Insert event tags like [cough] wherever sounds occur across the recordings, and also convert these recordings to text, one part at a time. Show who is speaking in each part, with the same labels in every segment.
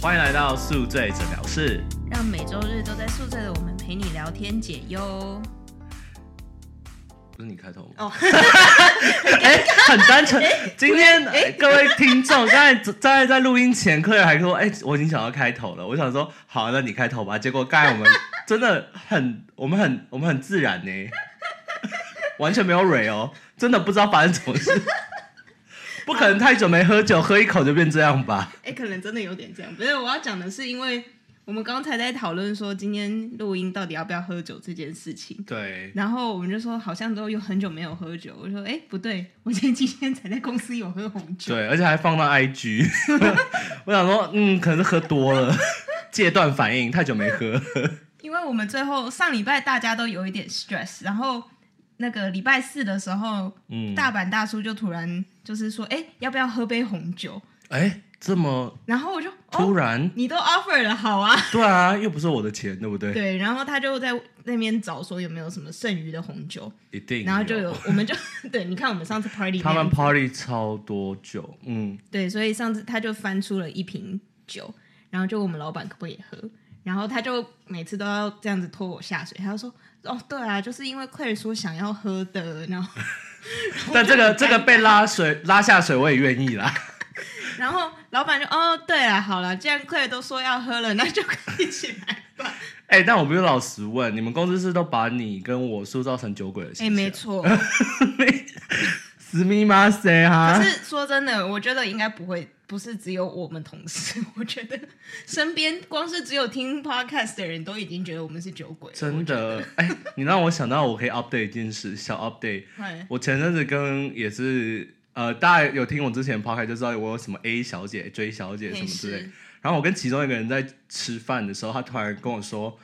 Speaker 1: 欢迎来到宿醉诊疗室。
Speaker 2: 让每周日都在宿醉的我们陪你聊天解忧。
Speaker 1: 不是你开头吗？
Speaker 2: 哦，
Speaker 1: [laughs] 哎、很单纯。今天、哎各位听众，刚才刚才在录音前，客人还说：“哎、我已经想要开头了。”我想说：“好，那你开头吧。”结果刚才我们真的很，我们很，我们很自然呢， [laughs] 完全没有蕊哦，真的不知道发生什么事。不可能太久没喝酒，喝一口就变这样吧？
Speaker 2: 哎、可能真的有点这样。不是，我要讲的是，因为我们刚才在讨论说今天录音到底要不要喝酒这件事情，
Speaker 1: 对，
Speaker 2: 然后我们就说好像都有很久没有喝酒。我说，哎、不对，我前几天才在公司有喝红酒。
Speaker 1: 对，而且还放 [laughs] 到 IG。我想说，嗯，可能是喝多了， [laughs] 戒断反应，太久没 [laughs] 喝。
Speaker 2: 因为我们最后上礼拜大家都有一点 stress，然后那个礼拜四的时候，
Speaker 1: 嗯，
Speaker 2: 大阪大叔就突然就是说，哎、要不要喝杯红酒？
Speaker 1: 哎、这么
Speaker 2: 然后我就
Speaker 1: 突
Speaker 2: 哦，
Speaker 1: 然，
Speaker 2: 你都 offer 了，好啊。
Speaker 1: 对啊，又不是我的钱，对不对？
Speaker 2: 对，然后他就在那边找说有没有什么剩余的红酒，
Speaker 1: 一定。
Speaker 2: 然后就有，我们就 [laughs] 对，你看我们上次 party
Speaker 1: 他们
Speaker 2: 那样
Speaker 1: party 超多酒，嗯，
Speaker 2: 对，所以上次他就翻出了一瓶酒，然后就问我们老板可不可以喝，然后他就每次都要这样子拖我下水，他就说哦，对啊，就是因为 Claire 说想要喝的，然后 [laughs] 哦
Speaker 1: 但这个这
Speaker 2: 哎
Speaker 1: 个被拉水拉下水，我也愿意啦。 [laughs]
Speaker 2: 然后老板就哦，对啊，好了，既然 Claire 都说要喝了，那就一起来
Speaker 1: [laughs]
Speaker 2: 吧。
Speaker 1: 哎、但我必须老实问，你们公司是都把你跟我塑造成酒鬼的形
Speaker 2: 哎、
Speaker 1: 象？
Speaker 2: 没，错，
Speaker 1: 死密吗？谁啊哈
Speaker 2: 可？是说真的，我觉得应该不会，不是只有我们同事， [laughs] 我觉得身边光是只有听 podcast 的人都已经觉得我们是酒鬼了。
Speaker 1: 真的，哎、你让我想到我可以 update 一件事，小 update。
Speaker 2: 哎
Speaker 1: 我前阵子跟也是，呃，大家有听我之前 p o 就知道我有什么 A 小姐、J 小姐什么之类
Speaker 2: 也是。
Speaker 1: 然后我跟其中一个人在吃饭的时候，他突然跟我说：“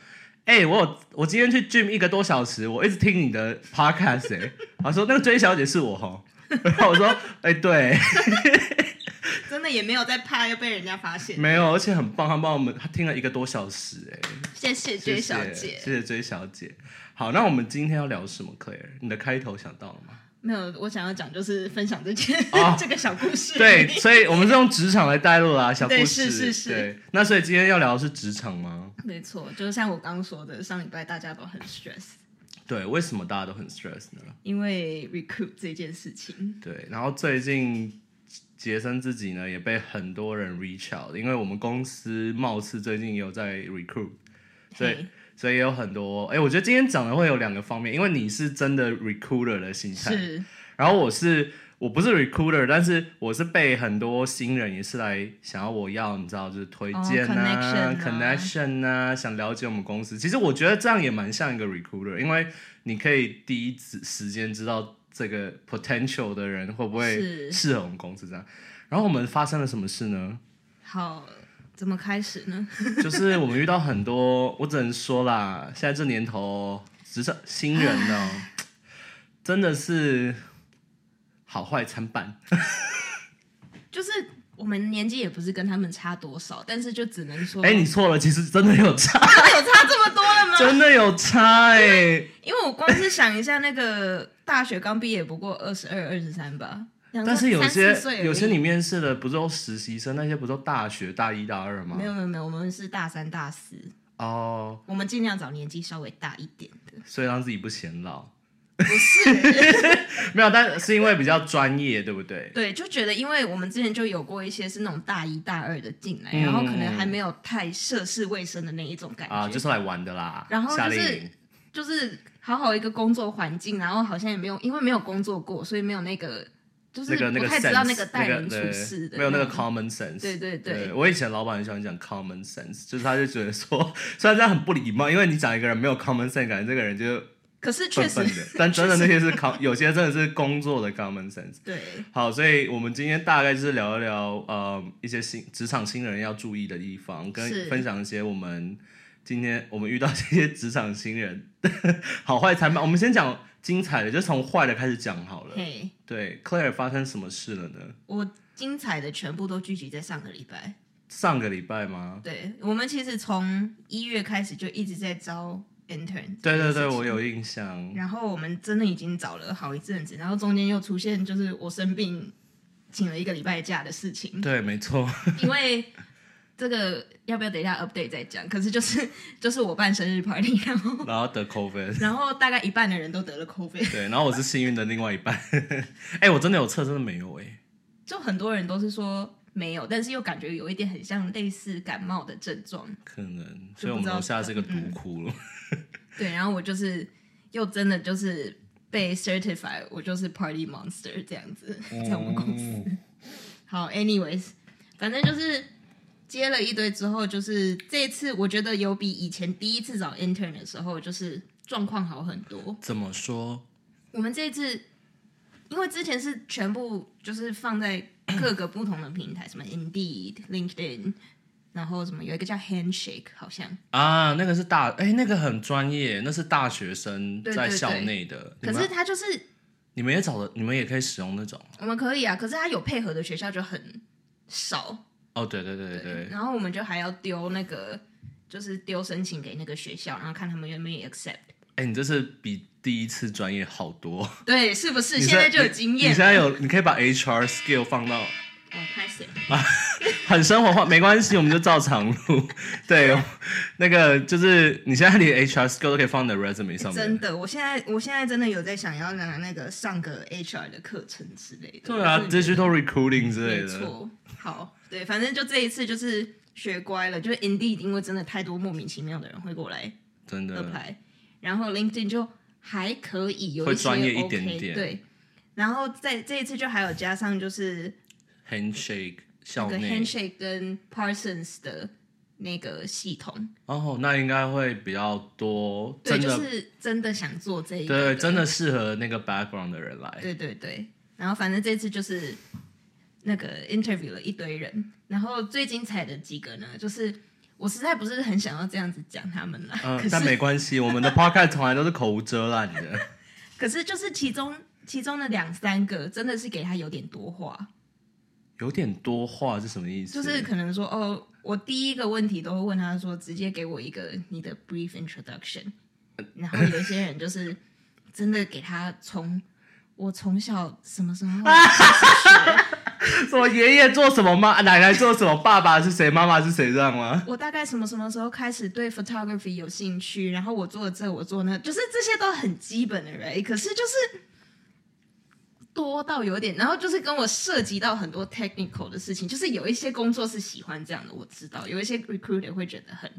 Speaker 1: 哎、我有我今天去 gym 一个多小时，我一直听你的 podcast 哎、他说：“那个 J 小姐是我吼。”然后我说：“哎、对，
Speaker 2: 真的也没有在怕要被人家发现。
Speaker 1: 没有，而且很棒，他帮我们他听了一个多小时哎、
Speaker 2: 谢谢
Speaker 1: 谢
Speaker 2: J
Speaker 1: 谢
Speaker 2: 小姐，
Speaker 1: 谢谢 J 小姐。好，那我们今天要聊什么？Claire，你的开头想到了吗？
Speaker 2: 没有，我想要讲就是分享这件、
Speaker 1: 哦
Speaker 2: [laughs] 这个小故事。
Speaker 1: [laughs] 对，，所以我们是用职场来带入啦、小故
Speaker 2: 对
Speaker 1: 事。
Speaker 2: 是是是
Speaker 1: 对，那所以今天要聊的是职场吗？
Speaker 2: 没错，就是像我刚刚说的，上礼拜大家都很 stress，
Speaker 1: 对，为什么大家都很 stress 呢？
Speaker 2: 因为 recruit 这件事情。
Speaker 1: 对，然后最近杰森自己呢也被很多人 reach out，因为我们公司貌似最近也有在 recruit，对
Speaker 2: 嘿，
Speaker 1: 所以也有很多。哎、我觉得今天讲的会有两个方面，因为你是真的 recruiter 的心态，
Speaker 2: 是
Speaker 1: 然后我是我不是 recruiter，但是我是被很多新人也是来想要我要，你知道，就是推荐啊、
Speaker 2: 哦，connection 啊
Speaker 1: connection 啊，想了解我们公司。其实我觉得这样也蛮像一个 recruiter，因为你可以第一时时间知道这个 potential 的人会不会
Speaker 2: 是
Speaker 1: 适合我们公司这样。然后我们发生了什么事呢？
Speaker 2: 好，怎么开始呢？
Speaker 1: 就是我们遇到很多， [laughs] 我只能说啦，现在这年头，职场新人呢、真的是好坏参半。
Speaker 2: 就是我们年纪也不是跟他们差多少，但是就只能说，
Speaker 1: 哎、你错了，其实真的有
Speaker 2: [laughs]
Speaker 1: 差，
Speaker 2: 真的 [laughs] 有差这么多了吗？
Speaker 1: 真的有差哎、
Speaker 2: 因为我光是想一下，那个大学刚毕业也不过二十二、二十三吧，两个
Speaker 1: 但是有
Speaker 2: 啊三
Speaker 1: 些
Speaker 2: 四岁而已
Speaker 1: 有些你面试的不是都实习生，那些不是都大学大一大二吗
Speaker 2: 没？有没有没有，我们是大三、大四，
Speaker 1: 哦
Speaker 2: 我们尽量找年纪稍微大一
Speaker 1: [laughs]
Speaker 2: 点的，
Speaker 1: 所以让自己不显老，
Speaker 2: 不是
Speaker 1: 没有，但是因为比较专业，对不对？
Speaker 2: 对，就觉得因为我们之前就有过一些是那种大一、大二的进来，
Speaker 1: 嗯
Speaker 2: 然后可能还没有太涉世未深的那一种感觉，
Speaker 1: 啊，就是来玩的啦，
Speaker 2: 然后
Speaker 1: 夏
Speaker 2: 就是
Speaker 1: 令营
Speaker 2: 就是好好一个工作环境，然后好像也没有，因为没有工作过，所以没有那个，就是
Speaker 1: 那个那
Speaker 2: 不
Speaker 1: 个
Speaker 2: 太
Speaker 1: sense，
Speaker 2: 知道那个待人处
Speaker 1: 对
Speaker 2: 事的，
Speaker 1: 没有那个 common sense。
Speaker 2: 对对对
Speaker 1: 我以前老板很喜欢讲 common sense，就是他就觉得说，虽然这样很不礼貌，因为你讲一个人没有 common sense，感觉这个人就
Speaker 2: 可是确
Speaker 1: 笨
Speaker 2: 实
Speaker 1: 笨的。但真的那些是 com，有些真的是工作的 common sense。
Speaker 2: 对，
Speaker 1: 好，所以我们今天大概就是聊一聊，呃，一些新职场新人要注意的地方，跟
Speaker 2: 是
Speaker 1: 分享一些我们今天我们遇到这些职场新人 [laughs] 好坏参半。我们先讲精彩的，就从坏的开始讲好了。
Speaker 2: 嘿，
Speaker 1: 对，Claire 发生什么事了呢？
Speaker 2: 我精彩的全部都聚集在上个礼拜。
Speaker 1: 上个礼拜吗？
Speaker 2: 对我们其实从一月开始就一直在招 intern，
Speaker 1: 对对对，
Speaker 2: 这件事情
Speaker 1: 我。有印象。
Speaker 2: 然后我们真的已经找了好一阵子，然后中间又出现嗯就是我生病，请了一个礼拜假的事情， [laughs]
Speaker 1: 对，没错，
Speaker 2: 因为这个要不要等一下 update 再讲？可是就是就是我办生日 party，然后
Speaker 1: 然后得 COVID，
Speaker 2: 然后大概一半的人都得了 COVID，
Speaker 1: 对，然后我是幸运的另外一半。 [laughs] 哎、我真的有测，真的没有哎、
Speaker 2: 就很多人都是说没有，但是又感觉有一点很像类似感冒的症状。
Speaker 1: 可能，所以我们楼下是个毒窟了。
Speaker 2: 对，然后我就是又真的就是被 certify，我就是 party monster 这样子，嗯
Speaker 1: 哦
Speaker 2: 在我们公司。好，anyways，反正就是接了一堆之后，就是这次我觉得有比以前第一次找 intern 的时候，就是状况好很多。
Speaker 1: 怎么说？
Speaker 2: 我们这次因为之前是全部就是放在各个不同的平台，什么 Indeed、LinkedIn，然后什么有一个叫 Handshake，好像。
Speaker 1: 啊，那个是大哎、那个很专业，那是大学生
Speaker 2: 对对
Speaker 1: 在
Speaker 2: 对
Speaker 1: 校内的。
Speaker 2: 可
Speaker 1: 你
Speaker 2: 是
Speaker 1: 们
Speaker 2: 它就是
Speaker 1: 你们也找的，你们也可以使用那种。
Speaker 2: 我们可以啊，可是它有配合的学校就很少。
Speaker 1: 哦，对对对对对，
Speaker 2: 然后我们就还要丢那个，就是丢申请给那个学校，然后看他们愿不愿意 accept。
Speaker 1: 哎、你这是比第一次专业好多。
Speaker 2: 对，是不是
Speaker 1: 你
Speaker 2: 现在就有经
Speaker 1: 你
Speaker 2: 验
Speaker 1: 你现？在有，你可以把 HR skill 放到
Speaker 2: 哦，开始。
Speaker 1: 很生活化，没关系，我们就照常录。对，那个就是你现在连 HR skill 都可以放你的 resume 上
Speaker 2: 真
Speaker 1: 面。
Speaker 2: 的，我现在我现在真的有在想要拿那个上个 HR 的课程之类的。
Speaker 1: 对啊
Speaker 2: 我真的觉得
Speaker 1: ，digital recruiting 之类
Speaker 2: 没
Speaker 1: 的。
Speaker 2: 错。好，对，反正就这一次就是学乖了，就是 Indeed 因为真的太多莫名其妙的人会过来
Speaker 1: 真
Speaker 2: 合
Speaker 1: 的，
Speaker 2: 拍，然后 LinkedIn 就还可以有
Speaker 1: 会
Speaker 2: 一些
Speaker 1: 专业一
Speaker 2: OK，
Speaker 1: 点点
Speaker 2: 对。然后在这一次就还有加上就是
Speaker 1: handshake
Speaker 2: 那
Speaker 1: 校
Speaker 2: 个
Speaker 1: 内
Speaker 2: Handshake 跟 Parsons 的那个系统，
Speaker 1: 哦，那应该会比较多，
Speaker 2: 对，
Speaker 1: 真
Speaker 2: 就
Speaker 1: 的、
Speaker 2: 是真的想做这一个
Speaker 1: 对，真的适合那个 background 的人来。
Speaker 2: 对对对，然后反正这次就是那个 interview 了一堆人，然后最精彩的几个呢，就是我实在不是很想要这样子讲他们啦，
Speaker 1: 嗯
Speaker 2: 可，
Speaker 1: 但
Speaker 2: 是
Speaker 1: 没关系，我们的 podcast 从来都是口无遮拦的。
Speaker 2: 可是就是其中其中的两三个真的是给他有点多话，
Speaker 1: 有点多话是什么意思？
Speaker 2: 就是可能说哦，我第一个问题都会问他说，直接给我一个你的 brief introduction，然后有一些人就是真的给他从我从小什么什么
Speaker 1: 什么爷爷做什么妈，奶奶做什么，爸爸是谁，妈妈是谁这样吗？
Speaker 2: 我大概什么什么时候开始对 photography 有兴趣，然后我做这我做那，就是这些都很基本的 right，可是就是多到有点，然后就是跟我涉及到很多 technical 的事情，就是有一些工作是喜欢这样的，我知道，有一些 recruiter 会觉得很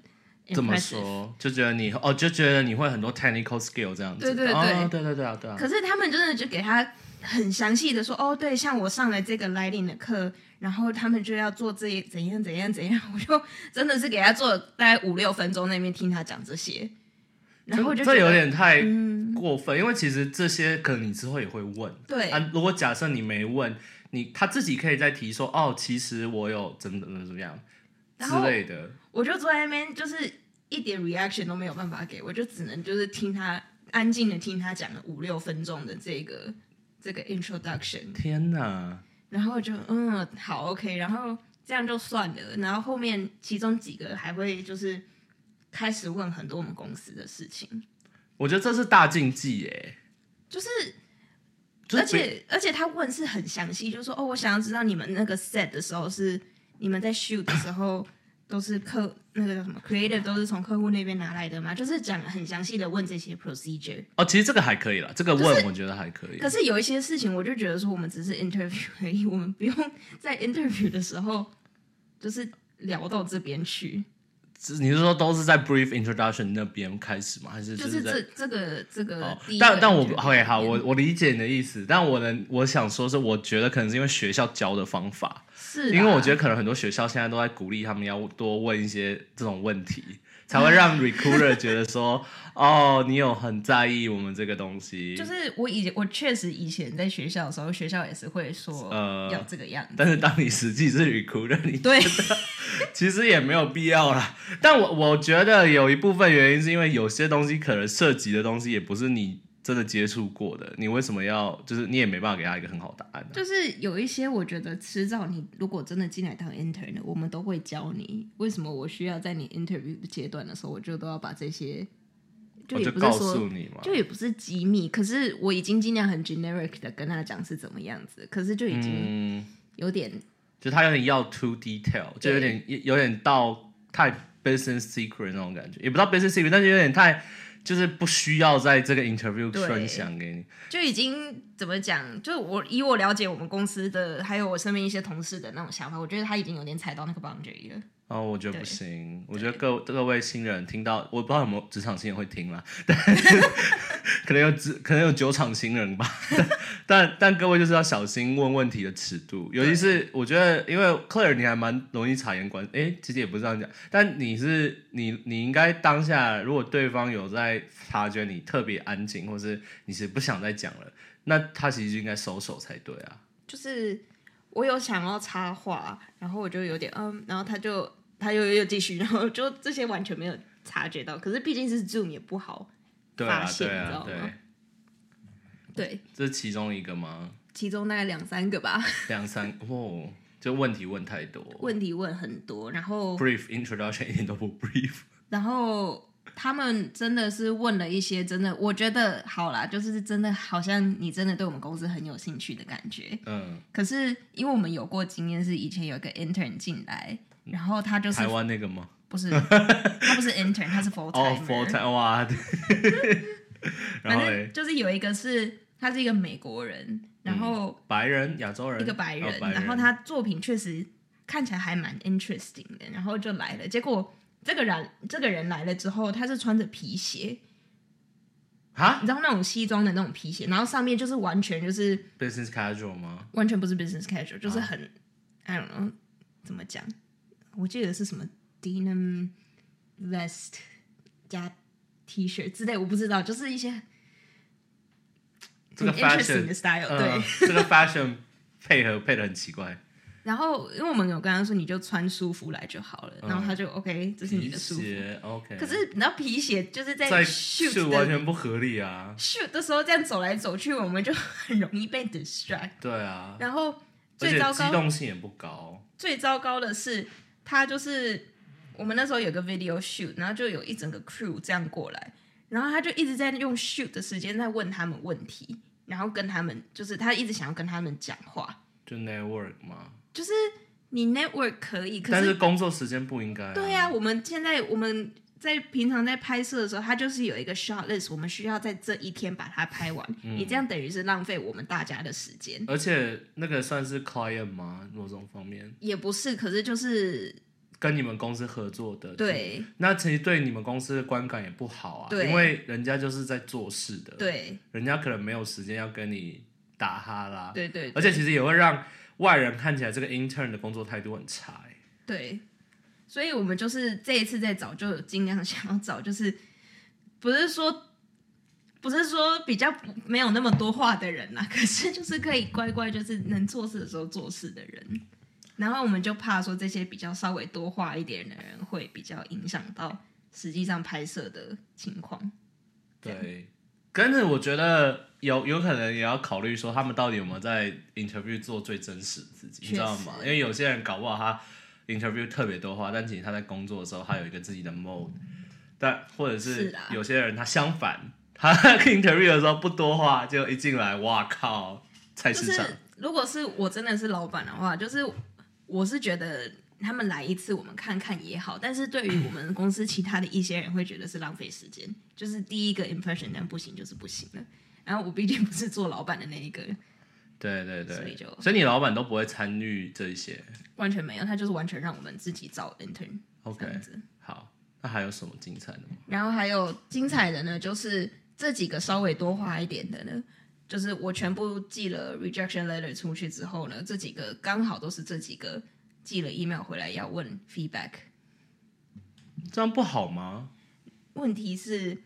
Speaker 2: impressive,
Speaker 1: 怎么？说？就觉得你哦，就觉得你会很多 technical skill 这样子。
Speaker 2: 对对对
Speaker 1: 哦、对对对啊，对啊。
Speaker 2: 可是他们真的就给他很详细的说，哦，对，像我上了这个 lighting 的课，然后他们就要做这怎样怎样怎样，我就真的是给他做大概五六分钟那边听他讲这些，
Speaker 1: [laughs]
Speaker 2: 然后我就
Speaker 1: 这
Speaker 2: 觉得嗯
Speaker 1: 有点太过分，因为其实这些可能你之后也会问。
Speaker 2: 对
Speaker 1: 啊，如果假设你没问，你他自己可以再提说哦，其实我有怎么怎么怎么样
Speaker 2: 然
Speaker 1: 之
Speaker 2: 后
Speaker 1: 类的。
Speaker 2: 我就坐在那边，就是一点 reaction 都没有办法给，我就只能就是听他安静的听他讲了五六分钟的这个这个 introduction，
Speaker 1: 天哪，
Speaker 2: 然后我就嗯好 OK，然后这样就算了，然后后面其中几个还会就是开始问很多我们公司的事情，
Speaker 1: 我觉得这是大禁忌耶。
Speaker 2: 就是。
Speaker 1: 就是
Speaker 2: 而且而且他问是很详细，就说哦，我想要知道你们那个 set 的时候是你们在 shoot 的时候都是客那个叫什么 creative 都是从客户那边拿来的吗？就是讲很详细的问这些 procedure。
Speaker 1: 哦，其实这个还可以啦，这个
Speaker 2: 就
Speaker 1: 问
Speaker 2: 是
Speaker 1: 我觉得还可以。
Speaker 2: 可是有一些事情，我就觉得说我们只是 interview [laughs] 而已，我们不用在 interview 的时候就是聊到这边去，
Speaker 1: 是你是说都是在 brief introduction 那边开始吗？还是
Speaker 2: 就是是
Speaker 1: 在
Speaker 2: 这这个这个
Speaker 1: 哦
Speaker 2: 第一个嗯 interview 里
Speaker 1: 但
Speaker 2: 面。
Speaker 1: 但我 OK 好，我我理解你的意思，但我能我想说是，我觉得可能是因为学校教的方法，
Speaker 2: 是啊啦
Speaker 1: 因为我觉得可能很多学校现在都在鼓励他们要多问一些这种问题，才会
Speaker 2: [laughs]
Speaker 1: 让 recruiter 觉得说，哦，你有很在意我们这个东西，
Speaker 2: 就是我以前我确实以前在学校的时候，学校也是会说
Speaker 1: 呃
Speaker 2: 要这个样子。
Speaker 1: 但是当你实际是 recruiter，你
Speaker 2: 对，
Speaker 1: 其实也没有必要啦。但我我觉得有一部分原因是因为有些东西可能涉及的东西也不是你真的接触过的，你为什么要就是你也没办法给他一个很好的答案、啊。
Speaker 2: 就是有一些我觉得迟早你如果真的进来当 intern 的，我们都会教你。为什么我需要在你 interview 的阶段的时候，我就都要把这些，就
Speaker 1: 我
Speaker 2: 也
Speaker 1: 哦就
Speaker 2: 不是
Speaker 1: 告诉
Speaker 2: 说。
Speaker 1: 你嘛，
Speaker 2: 就也不是机密，可是我已经尽量很 generic 的跟他讲是怎么样子，可是就已经
Speaker 1: 嗯，
Speaker 2: 有点
Speaker 1: 就他有点要 too detail，就有点有有点到太 business secret 那种感觉，也不知道 business secret，但是有点太就是不需要在这个 interview
Speaker 2: 对
Speaker 1: 分享给你。
Speaker 2: 就已经怎么讲？就我以我了解我们公司的，还有我身边一些同事的那种想法，我觉得他已经有点踩到那个 boundary 了。
Speaker 1: 哦，我觉得不
Speaker 2: 对
Speaker 1: 行，我觉得各各位新人听到，我不知道有没有职场新人会听啦，
Speaker 2: [laughs]
Speaker 1: 但是可能有职可能有酒场新人吧， [laughs] 但但但各位就是要小心问问题的尺度，尤其是我觉得，因为 Claire 你还蛮容易察言观，诶、其实也不是这样讲，但你是你你应该当下，如果对方有在察觉你特别安静，或是你是不想再讲了，那他其实就应该收手才对啊。
Speaker 2: 就是我有想要插话，然后我就有点嗯，然后他就他又又继续，然后就这些完全没有察觉到。可是毕竟是 Zoom 也不好，
Speaker 1: 对啊
Speaker 2: 发，现
Speaker 1: 对啊，
Speaker 2: 你知
Speaker 1: 对
Speaker 2: 道，吗对，
Speaker 1: 这是其中一个吗？
Speaker 2: 其中大概两三个吧， [laughs]
Speaker 1: 两三哦，就问题问太多
Speaker 2: 问题问很多，然后
Speaker 1: ，brief introduction 一点都不 brief。
Speaker 2: 然后他们真的是问了一些真的，我觉得好啦，就是真的好像你真的对我们公司很有兴趣的感觉。
Speaker 1: 嗯，
Speaker 2: 可是因为我们有过经验，是以前有一个 intern 进来，然后他就是
Speaker 1: 台湾那个吗？[laughs]
Speaker 2: 不是他不是 intern，他是 full
Speaker 1: 哦
Speaker 2: time，、
Speaker 1: ，full time 哇，
Speaker 2: [laughs]
Speaker 1: 对然
Speaker 2: 反
Speaker 1: 后
Speaker 2: 正
Speaker 1: 嘞，
Speaker 2: 就是有一个是他是一个美国人，然后
Speaker 1: 白人、亚洲人，
Speaker 2: 一个白人，
Speaker 1: 哦白
Speaker 2: 然后他作品确实看起来还蛮 interesting 的，然后就来了。结果这个人这个人来了之后，他是穿着皮鞋，
Speaker 1: 哈
Speaker 2: 你知道那种西装的那种皮鞋，然后上面就是完全就是
Speaker 1: ，business casual 吗？
Speaker 2: 完全不是 business
Speaker 1: 啊
Speaker 2: casual，就是很、I don't know 怎么讲，我记得是什么 denim vest 加 T 恤之类，我不知道，就是一些
Speaker 1: 这
Speaker 2: 很
Speaker 1: 个
Speaker 2: interesting
Speaker 1: fashion，
Speaker 2: 的 style，、
Speaker 1: 嗯
Speaker 2: 对。，
Speaker 1: 这个 fashion 配合配的很奇怪，
Speaker 2: 然后因为我们有跟他说，你就穿舒服来就好了，然后他就 OK，这是你
Speaker 1: 嗯皮
Speaker 2: 的舒服。
Speaker 1: 鞋 OK，
Speaker 2: 可是你知道皮鞋就是在
Speaker 1: 在
Speaker 2: shoot
Speaker 1: 完
Speaker 2: 的
Speaker 1: 全不合理啊，
Speaker 2: shoot 的时候这样走来走去，我们就很容易被 distract。
Speaker 1: 对啊，
Speaker 2: 然后
Speaker 1: 而
Speaker 2: 最
Speaker 1: 且
Speaker 2: 糟
Speaker 1: 机
Speaker 2: 糕
Speaker 1: 动性也不高，
Speaker 2: 最糟糕的是，他就是我们那时候有个 video shoot，然后就有一整个 crew 这样过来，然后他就一直在用 shoot 的时间在问他们问题，然后跟他们就是他一直想要跟他们讲话，
Speaker 1: 就 network 嘛，
Speaker 2: 就是你 network 可以，可
Speaker 1: 但
Speaker 2: 是
Speaker 1: 是工作时间不应该啊，
Speaker 2: 对啊，我们现在我们在平常在拍摄的时候，它就是有一个 shot list，我们需要在这一天把它拍完。你这样等于是浪费我们大家的时间，
Speaker 1: 而且那个算是 client 吗？某种方面
Speaker 2: 也不是。可是就是
Speaker 1: 跟你们公司合作的，，
Speaker 2: 对
Speaker 1: 那其实对你们公司的观感也不好啊，
Speaker 2: 对
Speaker 1: 因为人家就是在做事的，，
Speaker 2: 对
Speaker 1: 人家可能没有时间要跟你打哈啦，
Speaker 2: 对对
Speaker 1: 而且其实也会让外人看起来这个 intern 的工作态度很差、欸，
Speaker 2: 对，所以我们就是这一次在找，就尽量想要找，就是不是说。不是说比较不没有那么多话的人啦、可是就是可以乖乖，就是能做事的时候做事的人。然后我们就怕说这些比较稍微多话一点的人会比较影响到实际上拍摄的情况。
Speaker 1: 对，跟着我觉得有有可能也要考虑说他们到底有没有在 interview 做最真实的自己，你知道吗？
Speaker 2: 确
Speaker 1: 因为有些人搞不好他 interview 特别多话，但其实他在工作的时候他有一个自己的 mode，但或者
Speaker 2: 是
Speaker 1: 是
Speaker 2: 啊
Speaker 1: 有些人他相反，他 [laughs] interview 的时候不多话，就一进来，哇靠，菜
Speaker 2: 就
Speaker 1: 市场
Speaker 2: 是如果是我真的是老板的话，就是我是觉得他们来一次我们看看也好，但是对于我们公司其他的一些人会觉得是浪费时间，就是第一个 impression 但不行就是不行了。然后我毕竟不是做老板的那一个，
Speaker 1: 对对对，
Speaker 2: 所以就
Speaker 1: 所以你老板都不会参与这一些
Speaker 2: 完全没有，他就是完全让我们自己找 intern 这
Speaker 1: ，OK，
Speaker 2: 样子。
Speaker 1: 好，那还有什么精彩的吗？
Speaker 2: 然后还有精彩的呢，就是这几个稍微多花一点的呢，就是我全部寄了 rejection letter 出去之后呢，这几个刚好都是这几个寄了 email 回来要问 feedback。
Speaker 1: 这样不好吗？
Speaker 2: 问题是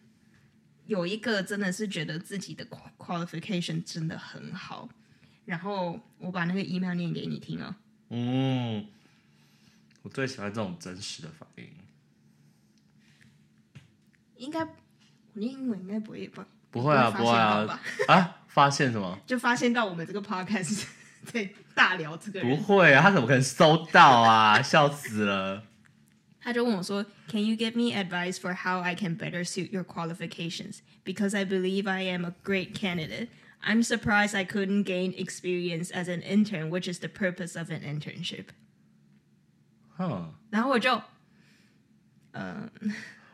Speaker 2: 有一个真的是觉得自己的 qua- qualification 真的很好，然后我把那个 email 念给你听哦。
Speaker 1: 嗯，我最喜欢这种真实的反应。
Speaker 2: 应该我念英文应该不会吧？
Speaker 1: 不会啊，
Speaker 2: 不
Speaker 1: 不
Speaker 2: 会
Speaker 1: 会
Speaker 2: 发现到
Speaker 1: 啊
Speaker 2: 吧，
Speaker 1: 啊！发现什么？
Speaker 2: 就发现到我们这个 podcast 在大聊这个人
Speaker 1: 不，会啊，他怎么可能搜到啊？笑死了！
Speaker 2: 他就问我说：“Can you give me advice for how I can better suit your qualifications? Because I believe I am a great candidate. I'm surprised I couldn't gain experience as an intern, which is the purpose of an internship。
Speaker 1: 哼，
Speaker 2: 然后我就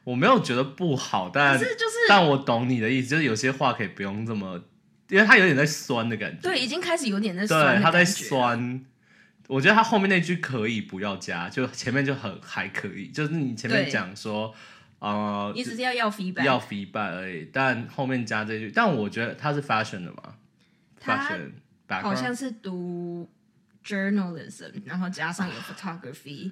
Speaker 1: 我没有觉得不好，但
Speaker 2: 可是就是
Speaker 1: 但我懂你的意思，就是有些话可以不用这么，因为他有点在酸的感觉，
Speaker 2: 对已经开始有点在酸的
Speaker 1: 对，
Speaker 2: 感觉，啊
Speaker 1: 他在酸。我觉得他后面那句可以不要加，就前面就很还可以，就是你前面
Speaker 2: 对
Speaker 1: 讲说，呃，
Speaker 2: 你只是要要 feedback，
Speaker 1: 要 feedback 而已，但后面加这句，但我觉得他是 fashion 的嘛
Speaker 2: 他
Speaker 1: ，fashion background，
Speaker 2: 好像是读 journalism，然后加上有 photography，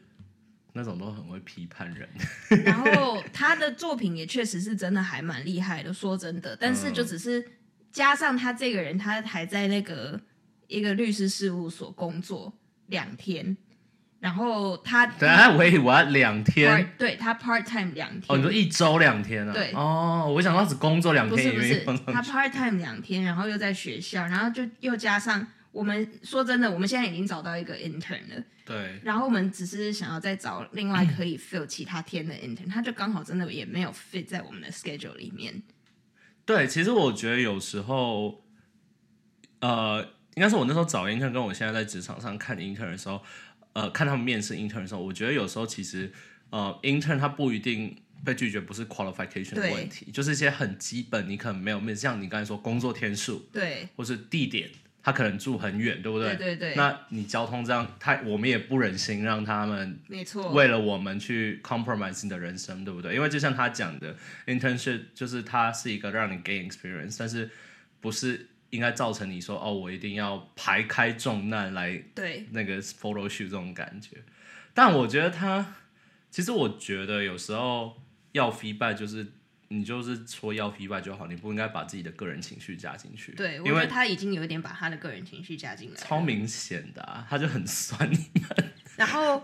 Speaker 1: 那种都很会批判人， [laughs]
Speaker 2: 然后他的作品也确实是真的还蛮厉害的，说真的，但
Speaker 1: 嗯
Speaker 2: 是就只是加上他这个人，他还在那个一个律师事务所工作两天，然后他
Speaker 1: 等下我以为要两
Speaker 2: part
Speaker 1: 天，
Speaker 2: 对他 part time 两
Speaker 1: 哦，
Speaker 2: 天
Speaker 1: 你说。一周两天啊？
Speaker 2: 对
Speaker 1: 哦，我想到只工作两
Speaker 2: 不
Speaker 1: 天
Speaker 2: 是
Speaker 1: 也
Speaker 2: 不
Speaker 1: 愿意
Speaker 2: 是，
Speaker 1: 放
Speaker 2: 他
Speaker 1: 上去，
Speaker 2: part time 两天，然后又在学校，然后就又加上我们说真的，我们现在已经找到一个 intern 了，
Speaker 1: 对，
Speaker 2: 然后我们只是想要再找另
Speaker 1: 嗯
Speaker 2: 外可以 fill 其他天的 intern，他就刚好真的也没有 fit 在我们的 schedule 里面。
Speaker 1: 对，其实我觉得有时候，呃，应该是我那时候找 intern，跟我现在在职场上看 intern 的时候，呃，看他们面试 intern 的时候，我觉得有时候其实，呃，intern 他不一定被拒绝，不是 qualification 的
Speaker 2: 对
Speaker 1: 问题，就是一些很基本，你可能没有面，像你刚才说工作天数
Speaker 2: 对，
Speaker 1: 或是地点，他可能住很远，对不
Speaker 2: 对对对
Speaker 1: 那你交通这样，他我们也不忍心让他们
Speaker 2: 没错，
Speaker 1: 为了我们去 compromise 你的人生，对不对？因为就像他讲的，internship 就是它是一个让你 gain experience，但是不是应该造成你说哦，我一定要排开重难来
Speaker 2: 对
Speaker 1: 那个 photo shoot 这种感觉。但我觉得他，其实我觉得有时候要 feedback 就是你就是说要 feedback 就好，你不应该把自己的个人情绪加进去，
Speaker 2: 对，我
Speaker 1: 因
Speaker 2: 觉得
Speaker 1: 为
Speaker 2: 他已经有一点把他的个人情绪加进来
Speaker 1: 超
Speaker 2: 了。
Speaker 1: 明显的、啊，他就很酸你。 [laughs]
Speaker 2: 然后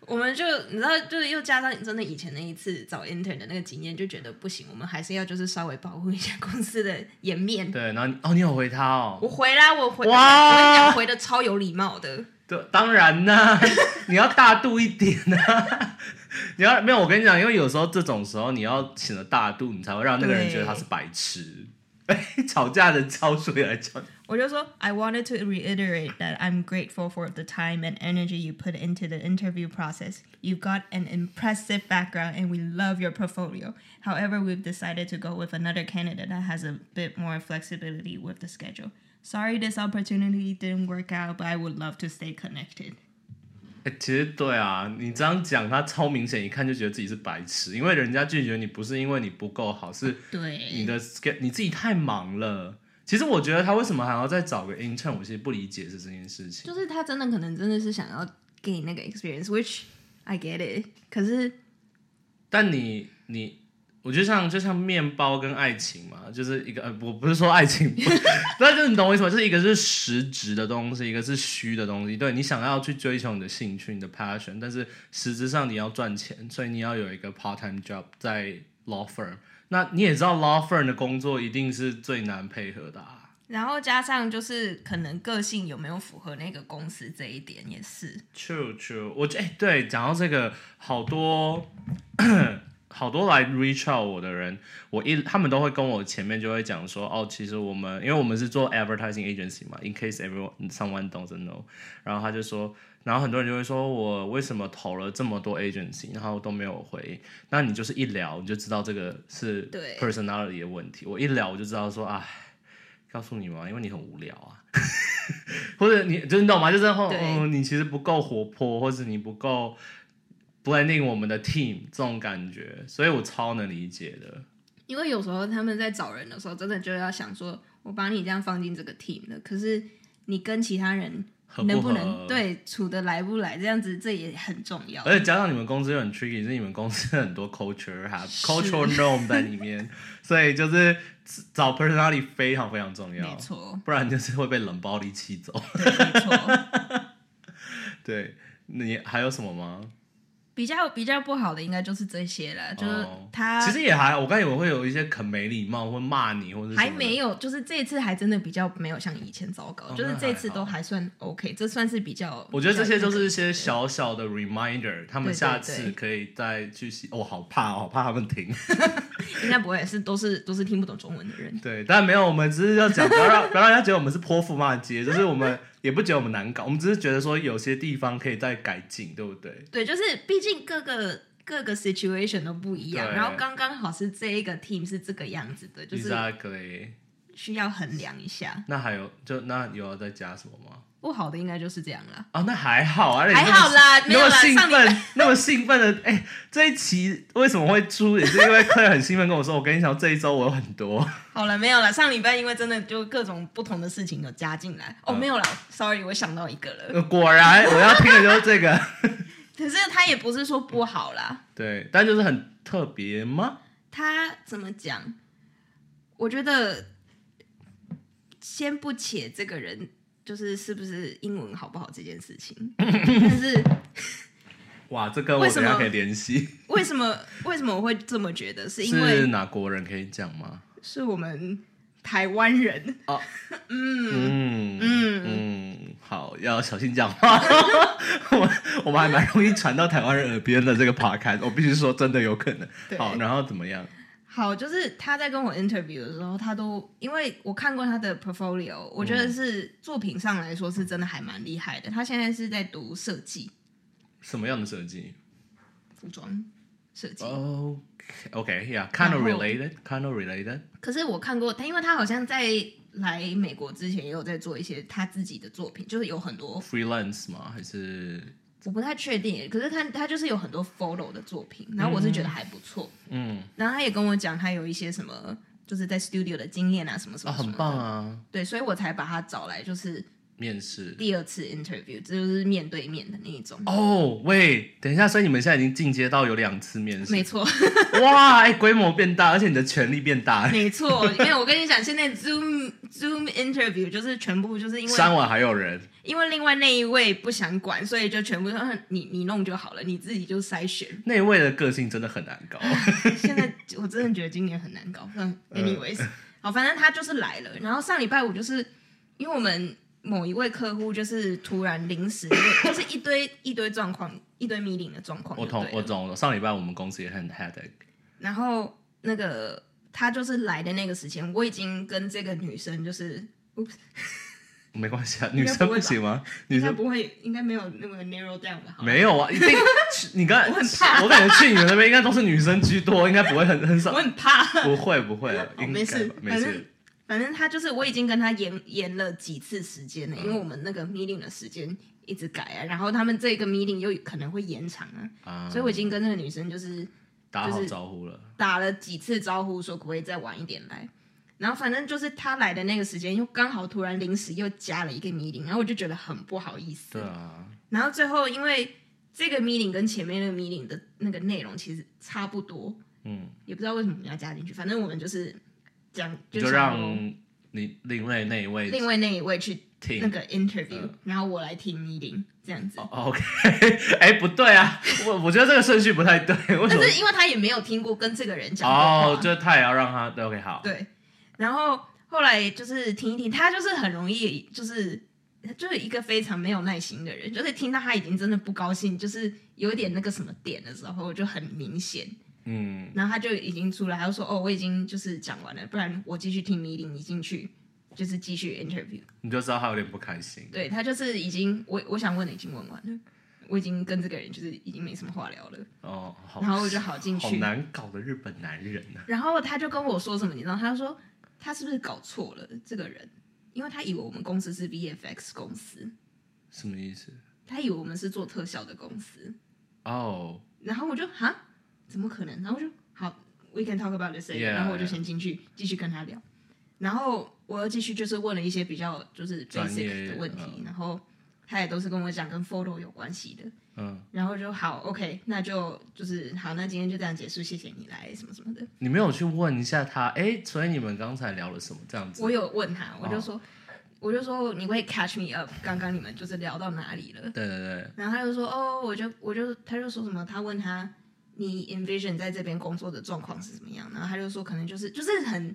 Speaker 2: 我们就你知道，就是又加上真的以前那一次找 intern 的那个经验，就觉得不行，我们还是要就是稍微保护一下公司的颜面。
Speaker 1: 对，然后你哦，你有回他哦，
Speaker 2: 我回啦，我回，我跟
Speaker 1: 哇
Speaker 2: 你讲，回的超有礼貌的。
Speaker 1: 对，当然啦、 [laughs] 你要大度一点呐、 [laughs] 你要没有，我跟你讲，因为有时候这种时候你要显得大度，你才会让那个人
Speaker 2: 对
Speaker 1: 觉得他是白痴。 [laughs] 哎吵架的招数也来吵，
Speaker 2: 我就说，I wanted to reiterate that I'm grateful for the time and energy you put into the interview process. You've got an impressive background and we love your portfolio. However, we've decided to go with another candidate that has a bit more flexibility with the schedule. Sorry this opportunity didn't work out, but I would love to stay connected.
Speaker 1: 欸其实对啊，你这样讲，他超明显，一看就觉得自己是白痴，因为人家拒绝你不是因为你不够好，是你的 sch- 你自己太忙了。其实我觉得他为什么还要再找个 intern，我其实不理解是这件事情。
Speaker 2: experience，which I get it。可是
Speaker 1: 但你你，我就像就像面包跟爱情嘛，就是一个呃，我不是说爱情 [laughs] 不，但就是你懂我意思吗？就是一个是实质的东西，一个是虚的东西。对你想要去追求你的兴趣、你的 passion，但是实质上你要赚钱，所以你要有一个 part time job 在 law firm。那你也知道 law firm 的工作一定是最难配合的、啊。
Speaker 2: 然后加上就是可能个性有没有符合那个公司这一点也是，
Speaker 1: True True，我觉哎、对，讲到这个，好多好多来 reach out 我的人，我一他们都会跟我前面就会讲说，哦，其实我们因为我们是做 advertising agency 嘛，in case everyone someone doesn't know，然后他就说，然后很多人就会说我为什么投了这么多 agency，然后都没有回应，那你就是一聊你就知道这个是
Speaker 2: 对
Speaker 1: personality 的问题，我一聊我就知道说，哎，告诉你嘛，因为你很无聊啊。 [laughs] 或者你就是你懂吗？就是哦，
Speaker 2: 对
Speaker 1: 哦你其实不够活泼，或者你不够 blending 我们的 team 这种感觉，所以我超能理解的。
Speaker 2: 因为有时候他们在找人的时候，真的就要想说，我把你这样放进这个 team 了，可是你跟其他人
Speaker 1: 合不合哎
Speaker 2: 能能对处得来不来，这样子这也很重要。
Speaker 1: 而且加上你们公司又很 tricky，是你们公司很多 culture 哈
Speaker 2: 是
Speaker 1: cultural norm 在里
Speaker 2: [laughs]
Speaker 1: 面，所以就是找 personality 非常非常重
Speaker 2: 没
Speaker 1: 要，
Speaker 2: 错，
Speaker 1: 不然就是会被冷暴力气走。 [laughs]
Speaker 2: 对没错。
Speaker 1: 对你还有什么吗？
Speaker 2: 比较比较不好的应该就是这些了，就是
Speaker 1: 哦
Speaker 2: 他
Speaker 1: 其实也还，我刚以为会有一些很没礼貌，会骂你或者
Speaker 2: 还没
Speaker 1: 有。
Speaker 2: 有，就是这一次还真的比较没有像以前糟糕，
Speaker 1: 哦
Speaker 2: 就是
Speaker 1: 那
Speaker 2: 这
Speaker 1: 还
Speaker 2: 次
Speaker 1: 好
Speaker 2: 都还算 OK，这算是比较。
Speaker 1: 我觉得这些都是一
Speaker 2: 比较那
Speaker 1: 些
Speaker 2: 哦个
Speaker 1: 小小的 reminder，他们
Speaker 2: 对对
Speaker 1: 下
Speaker 2: 对
Speaker 1: 次可以再去洗。哦，好怕，好怕他们停。 [laughs]
Speaker 2: 应该不会是都是都是听不懂中文的人。
Speaker 1: 对，但没有，我们只是要讲，不要
Speaker 2: [laughs]
Speaker 1: 让不要让人家觉得我们是泼妇骂街，就是我们也不觉得我们难搞，我们只是觉得说有些地方可以再改进，对不对？
Speaker 2: 对，就是毕竟各个各个 situation 都不一样，
Speaker 1: 对
Speaker 2: 然后刚刚好是这一个 team 是这个样子的，就是
Speaker 1: Exactly。
Speaker 2: 需要衡量一下。
Speaker 1: 哎那还有就那有要再加什么吗？
Speaker 2: 不好的应该就是这样啦。
Speaker 1: 啊，那还好啊，
Speaker 2: 还好啦
Speaker 1: 你那么
Speaker 2: 没有
Speaker 1: 兴
Speaker 2: 啦上
Speaker 1: 奋， [laughs] 那么兴奋的，哎、这一期为什么会出，也是因为 Claire 很兴奋跟我说，我跟你讲，这一周我有很
Speaker 2: [laughs]
Speaker 1: 多，
Speaker 2: 好了，没有了。上礼拜因为真的就各种不同的事情有加进来，哦，
Speaker 1: 嗯
Speaker 2: 没有了，sorry，我想到一个了。
Speaker 1: 呃果然我要听的就是这个，
Speaker 2: 可是他也不是说不好啦，
Speaker 1: 对，但就是很特别吗？
Speaker 2: 他怎么讲？我觉得先不且这个人就是是不是英文好不好这件事情， [laughs] 但是
Speaker 1: 哇，这跟我
Speaker 2: 为什
Speaker 1: 等一
Speaker 2: 么
Speaker 1: 下可以联系，
Speaker 2: 为什么 [laughs] 为什么我会这么觉得？是因
Speaker 1: 是
Speaker 2: 为
Speaker 1: 哪国人可以讲吗？
Speaker 2: 是我们台湾人， [laughs]
Speaker 1: 嗯嗯嗯，好，要小心讲话， [laughs] 我我们还蛮容易传到台湾人耳边的这个 podcast，我必须说真的有可能。
Speaker 2: 对
Speaker 1: 好，然后怎么样？
Speaker 2: 好，就是他在跟我 interview 的时候，他都因为我看过他的 portfolio，我觉得是作品上来说是真的还蛮厉害的。他现在是在读设计，
Speaker 1: 什么样的设计？
Speaker 2: 服装设
Speaker 1: 哦
Speaker 2: 计。
Speaker 1: Okay, okay, yeah, kind of
Speaker 2: 然后
Speaker 1: related, kind of related.
Speaker 2: 可是我看过他，因为他好像在来美国之前也有在做一些他自己的作品，就是有很多
Speaker 1: Freelance 吗？还是
Speaker 2: 我不太确定，可是他他就是有很多 follow 的作品，然后我是觉得还不错。
Speaker 1: 嗯
Speaker 2: 然后他也跟我讲他有一些什么就是在 studio 的经验啊，什么什
Speaker 1: 啊，
Speaker 2: 么什么
Speaker 1: 很
Speaker 2: 的
Speaker 1: 棒啊！
Speaker 2: 对，所以我才把他找来，就是
Speaker 1: 面试
Speaker 2: 第二次 interview，这就是面对面的那一种。
Speaker 1: 哦，喂，等一下，所以你们现在已经进阶到有两次面试，[laughs]
Speaker 2: 没错，
Speaker 1: 哇，哎，规模变大，而且你的权力变大，
Speaker 2: 没错，因为我跟你讲，现在 Zoom Zoom interview 就是全部就是
Speaker 1: [laughs]
Speaker 2: 因为
Speaker 1: 删完还有人，。
Speaker 2: 因为另外那一位不想管，所以就全部说嗯你你弄就好了，你自己就筛选
Speaker 1: 那一位的个性真的很难
Speaker 2: [laughs]
Speaker 1: 搞。
Speaker 2: 现在我真的觉得今年很难搞。嗯，anyways，、好，反正他就是来了。然后上礼拜我就是因为我们某一位客户就是突然临时就是一堆一堆状况，一堆 meeting 的状况
Speaker 1: 我
Speaker 2: 就对了，
Speaker 1: 懂，我懂。上礼拜我们公司也很 headache，
Speaker 2: 然后那个他就是来的那个时间，我已经跟这个女生就是。
Speaker 1: 没关系啊，
Speaker 2: 应
Speaker 1: 女
Speaker 2: 该
Speaker 1: 生
Speaker 2: 不会吧
Speaker 1: 不行吗？女
Speaker 2: 应该
Speaker 1: 生
Speaker 2: 不会，应该没有那么 narrow down 吧？好
Speaker 1: 没有啊，一
Speaker 2: [laughs]
Speaker 1: 定。去你刚才
Speaker 2: 我很怕
Speaker 1: 我感觉去你们那边应该都是女生居多，应该不会很很少
Speaker 2: [laughs] 我。很怕。
Speaker 1: 不会不会，应
Speaker 2: 哦没事
Speaker 1: 该吧没
Speaker 2: 反
Speaker 1: 事。
Speaker 2: 反正他就是，我已经跟他延延了几次时间了，因为我们那个 meeting 的时间一直改啊，然后他们这个 meeting 又可能会延长啊，
Speaker 1: 啊，
Speaker 2: 所以我已经跟那个女生就是
Speaker 1: 打好
Speaker 2: 就是
Speaker 1: 招呼了。
Speaker 2: 打了几次招呼，说可不可以再晚一点来。然后反正就是他来的那个时间，又刚好突然临时又加了一个 meeting，然后我就觉得很不好意思。
Speaker 1: 对啊，
Speaker 2: 然后最后因为这个 meeting 跟前面那个 meeting 的那个内容其实差不多，
Speaker 1: 嗯，
Speaker 2: 也不知道为什么我们要加进去，反正我们就是讲，
Speaker 1: 你就
Speaker 2: 想说
Speaker 1: 让你另外那一位
Speaker 2: 另外那一位去
Speaker 1: 听。
Speaker 2: 那个 interview，、
Speaker 1: 嗯
Speaker 2: 然后我来听 meeting 这样子。
Speaker 1: 哦 OK，哎、 [laughs] 不对啊，我我觉得这个顺序不太对，为什
Speaker 2: 但
Speaker 1: 么？
Speaker 2: 是因为他也没有听过跟这个人讲过话
Speaker 1: 哦，就他也要让他对 OK 好，
Speaker 2: 对，然后后来就是听一听，他就是很容易就是。就是一个非常没有耐心的人，就是听到他已经真的不高兴，就是有一点那个什么点的时候，我就很明显，
Speaker 1: 嗯，
Speaker 2: 然后他就已经出来，他就说：“哦，我已经就是讲完了，不然我继续听 meeting，你进去就是继续 interview。
Speaker 1: 你就知道他有点不开”心。
Speaker 2: 对他就是已经我我想问的已经问完了，我已经跟这个人就是已经没什么话聊了，
Speaker 1: 哦，好，
Speaker 2: 然后我就好进
Speaker 1: 好
Speaker 2: 去。
Speaker 1: 难搞的日本男人啊！
Speaker 2: 然后他就跟我说什么，你知道，他说他是不是搞错了这个人，因为他以为我们公司是 VFX 公司，
Speaker 1: 什么意思？
Speaker 2: 他以为我们是做特效的公司，
Speaker 1: 哦、
Speaker 2: 然后我就哈，怎么可能？然后我就好，we can talk about this later。
Speaker 1: Yeah,
Speaker 2: 然后我就先进去继续跟他聊，然后我又继续就是问了一些比较就是
Speaker 1: 专业
Speaker 2: basic 的问题，
Speaker 1: 嗯
Speaker 2: 然后他也都是跟我讲跟 follow 有关系的，
Speaker 1: 嗯，
Speaker 2: 然后就好，OK，那就就是好，那今天就这样结束，谢谢你来什么什么的。
Speaker 1: 你没有去问一下他，哎、所以你们刚才聊了什么？这样子，
Speaker 2: 我有问他，我就说。我就说你会 catch me up，刚刚你们就是聊到哪里了？
Speaker 1: 对对对，
Speaker 2: 然后他就说哦，我就我就他就说什么，他问他你 envision 在这边工作的状况是怎么样，然后他就说可能就是就是很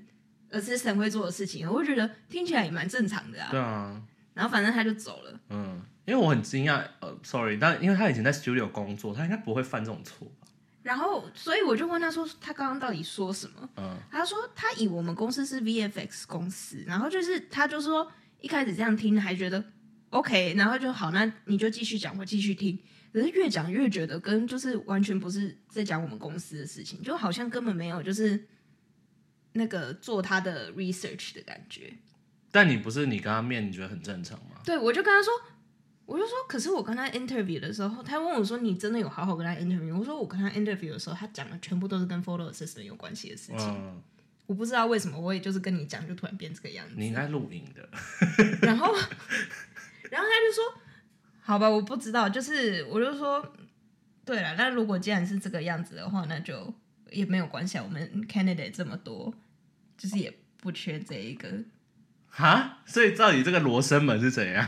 Speaker 2: assistant 会做的事情，我就觉得听起来也蛮正常的啊。
Speaker 1: 对啊，
Speaker 2: 然后反正他就走了，
Speaker 1: 嗯，因为我很惊讶，呃，sorry，但因为他以前在 studio 工作，他应该不会犯这种错吧？
Speaker 2: 然后所以我就问他说他刚刚到底说什么？
Speaker 1: 嗯，
Speaker 2: 他说他以我们公司是 VFX 公司，然后就是他就说一开始这样听还觉得 OK，然后就好，那你就继续讲，我继续听。可是越讲越觉得跟就是完全不是在讲我们公司的事情，就好像根本没有就是那个做他的 research 的感觉。
Speaker 1: 但你不是你跟他面，你觉得很正常吗？
Speaker 2: 对，我就跟他说，我就说，可是我跟他 interview 的时候，他问我说你真的有好好跟他 interview？我说我跟他 interview 的时候，他讲的全部都是跟 photo assistant 有关系的事情。
Speaker 1: 嗯，
Speaker 2: 我不知道为什么，我也就是跟你讲，就突然变这个样子。
Speaker 1: 你应该录影的，
Speaker 2: 然后， [laughs] 然后他就说：“好吧，我不知道。”就是我就说：“对了，那如果既然是这个样子的话，那就也没有关系啊。我们 candidate 这么多，就是也不缺这一个。
Speaker 1: 哈，所以到底这个罗生门是怎样？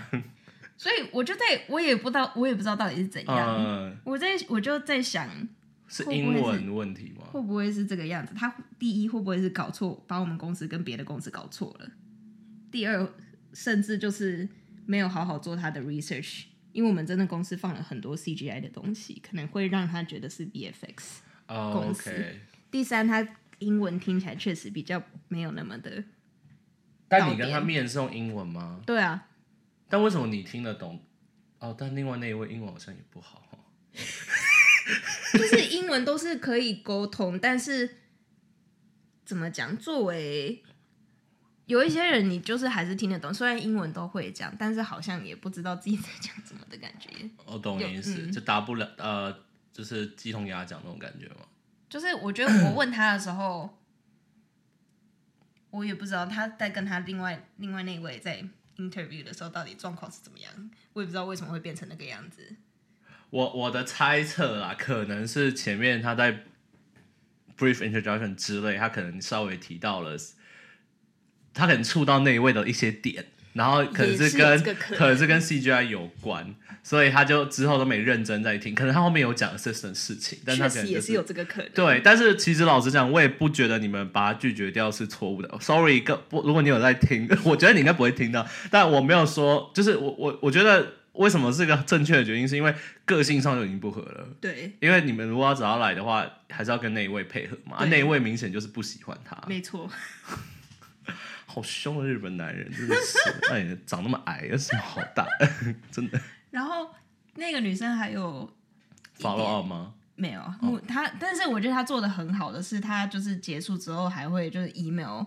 Speaker 2: 所以我就在我也不知道，我也不知道到底是怎样。
Speaker 1: [laughs] 嗯，
Speaker 2: 我在我就在想，
Speaker 1: 是
Speaker 2: 会不
Speaker 1: 英
Speaker 2: 会是
Speaker 1: 文问题吗？
Speaker 2: 会不会是这个样子？他第一会不会是搞错，把我们公司跟别的公司搞错了？第二，甚至就是没有好好做他的 research，因为我们真的公司放了很多 CGI 的东西，可能会让他觉得是 VFX。
Speaker 1: 哦
Speaker 2: 公司
Speaker 1: ，OK。
Speaker 2: 第三，他英文听起来确实比较没有那么的，
Speaker 1: 但你跟他
Speaker 2: 到点
Speaker 1: 面是用英文吗？
Speaker 2: 对啊，
Speaker 1: 但为什么你听得懂？哦，但另外那一位英文好像也不好哦。
Speaker 2: 就是英文都是可以沟通，但是怎么讲？作为有一些人，你就是还是听得懂，虽然英文都会讲，但是好像也不知道自己在讲什么的感觉。
Speaker 1: 我哦懂你意思，
Speaker 2: 嗯
Speaker 1: 就达不了呃，就是鸡同鸭讲那种感觉嘛。
Speaker 2: 就是我觉得我问他的时候，我也不知道他在跟他另外另外那位在 interview 的时候到底状况是怎么样，我也不知道为什么会变成那个样子。
Speaker 1: 我我的猜测啦，可能是前面他在 brief introduction 之类，他可能稍微提到了，他可能触到那一位的一些点，然后可能
Speaker 2: 也是有
Speaker 1: 跟
Speaker 2: 这个可能
Speaker 1: 能是跟 CGI 有关，所以他就之后都没认真在听。可能他后面有讲 assistant 事情，但他可
Speaker 2: 确实
Speaker 1: 能、就
Speaker 2: 也是有这个可能。
Speaker 1: 对，但是其实老实讲，我也不觉得你们把它拒绝掉是错误的。Sorry，各不，如果你有在听， [laughs] 我觉得你应该不会听到。但我没有说，就是我我我觉得为什么是个正确的决定，是因为个性上就已经不合了。
Speaker 2: 对，
Speaker 1: 因为你们如果要找他来的话，还是要跟那一位配合嘛。啊
Speaker 2: 对
Speaker 1: 那一位明显就是不喜欢他，
Speaker 2: 没错。
Speaker 1: 好凶的日本男人，真的是。哎，长那么矮有什么好大？真的 [laughs]
Speaker 2: 然后那个女生还有
Speaker 1: follow up 吗？
Speaker 2: 没有？
Speaker 1: 哦
Speaker 2: 我她，但是我觉得她做的很好的是，她就是结束之后还会就是 email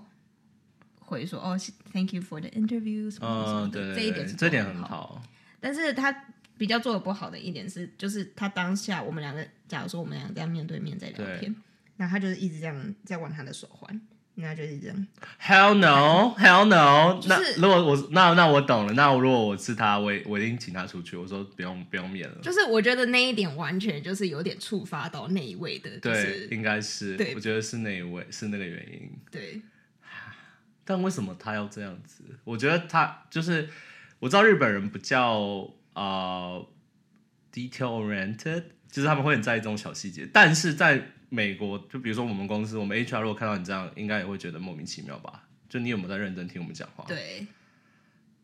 Speaker 2: 回说哦，thank you for the interview 什么什么
Speaker 1: 嗯，对对
Speaker 2: 的这
Speaker 1: 对，
Speaker 2: 一点是
Speaker 1: 这
Speaker 2: 做得
Speaker 1: 点很
Speaker 2: 好。
Speaker 1: 好。
Speaker 2: 但是他比较做的不好的一点是，就是他当下我们两个，假如说我们两个这样面对面在聊天，然后他就是一直这样在玩他的手环，然后就是这样，
Speaker 1: Hell no, Hell no！、
Speaker 2: 就是
Speaker 1: 那如果我那那我懂了，那如果我是他，我也我一定请他出去。我说不用不用免了，
Speaker 2: 就是我觉得那一点完全就是有点触发到那一位的，就
Speaker 1: 对，
Speaker 2: 是
Speaker 1: 应该是
Speaker 2: 对，
Speaker 1: 我觉得是那一位是那个原因。
Speaker 2: 对
Speaker 1: 但为什么他要这样子？我觉得他就是我知道日本人不叫呃 detail oriented，就是他们会很在意这种小细节，但是在美国，就比如说我们公司，我们 HR 如果看到你这样，应该也会觉得莫名其妙吧？就你有没有在认真听我们讲话？，
Speaker 2: 对，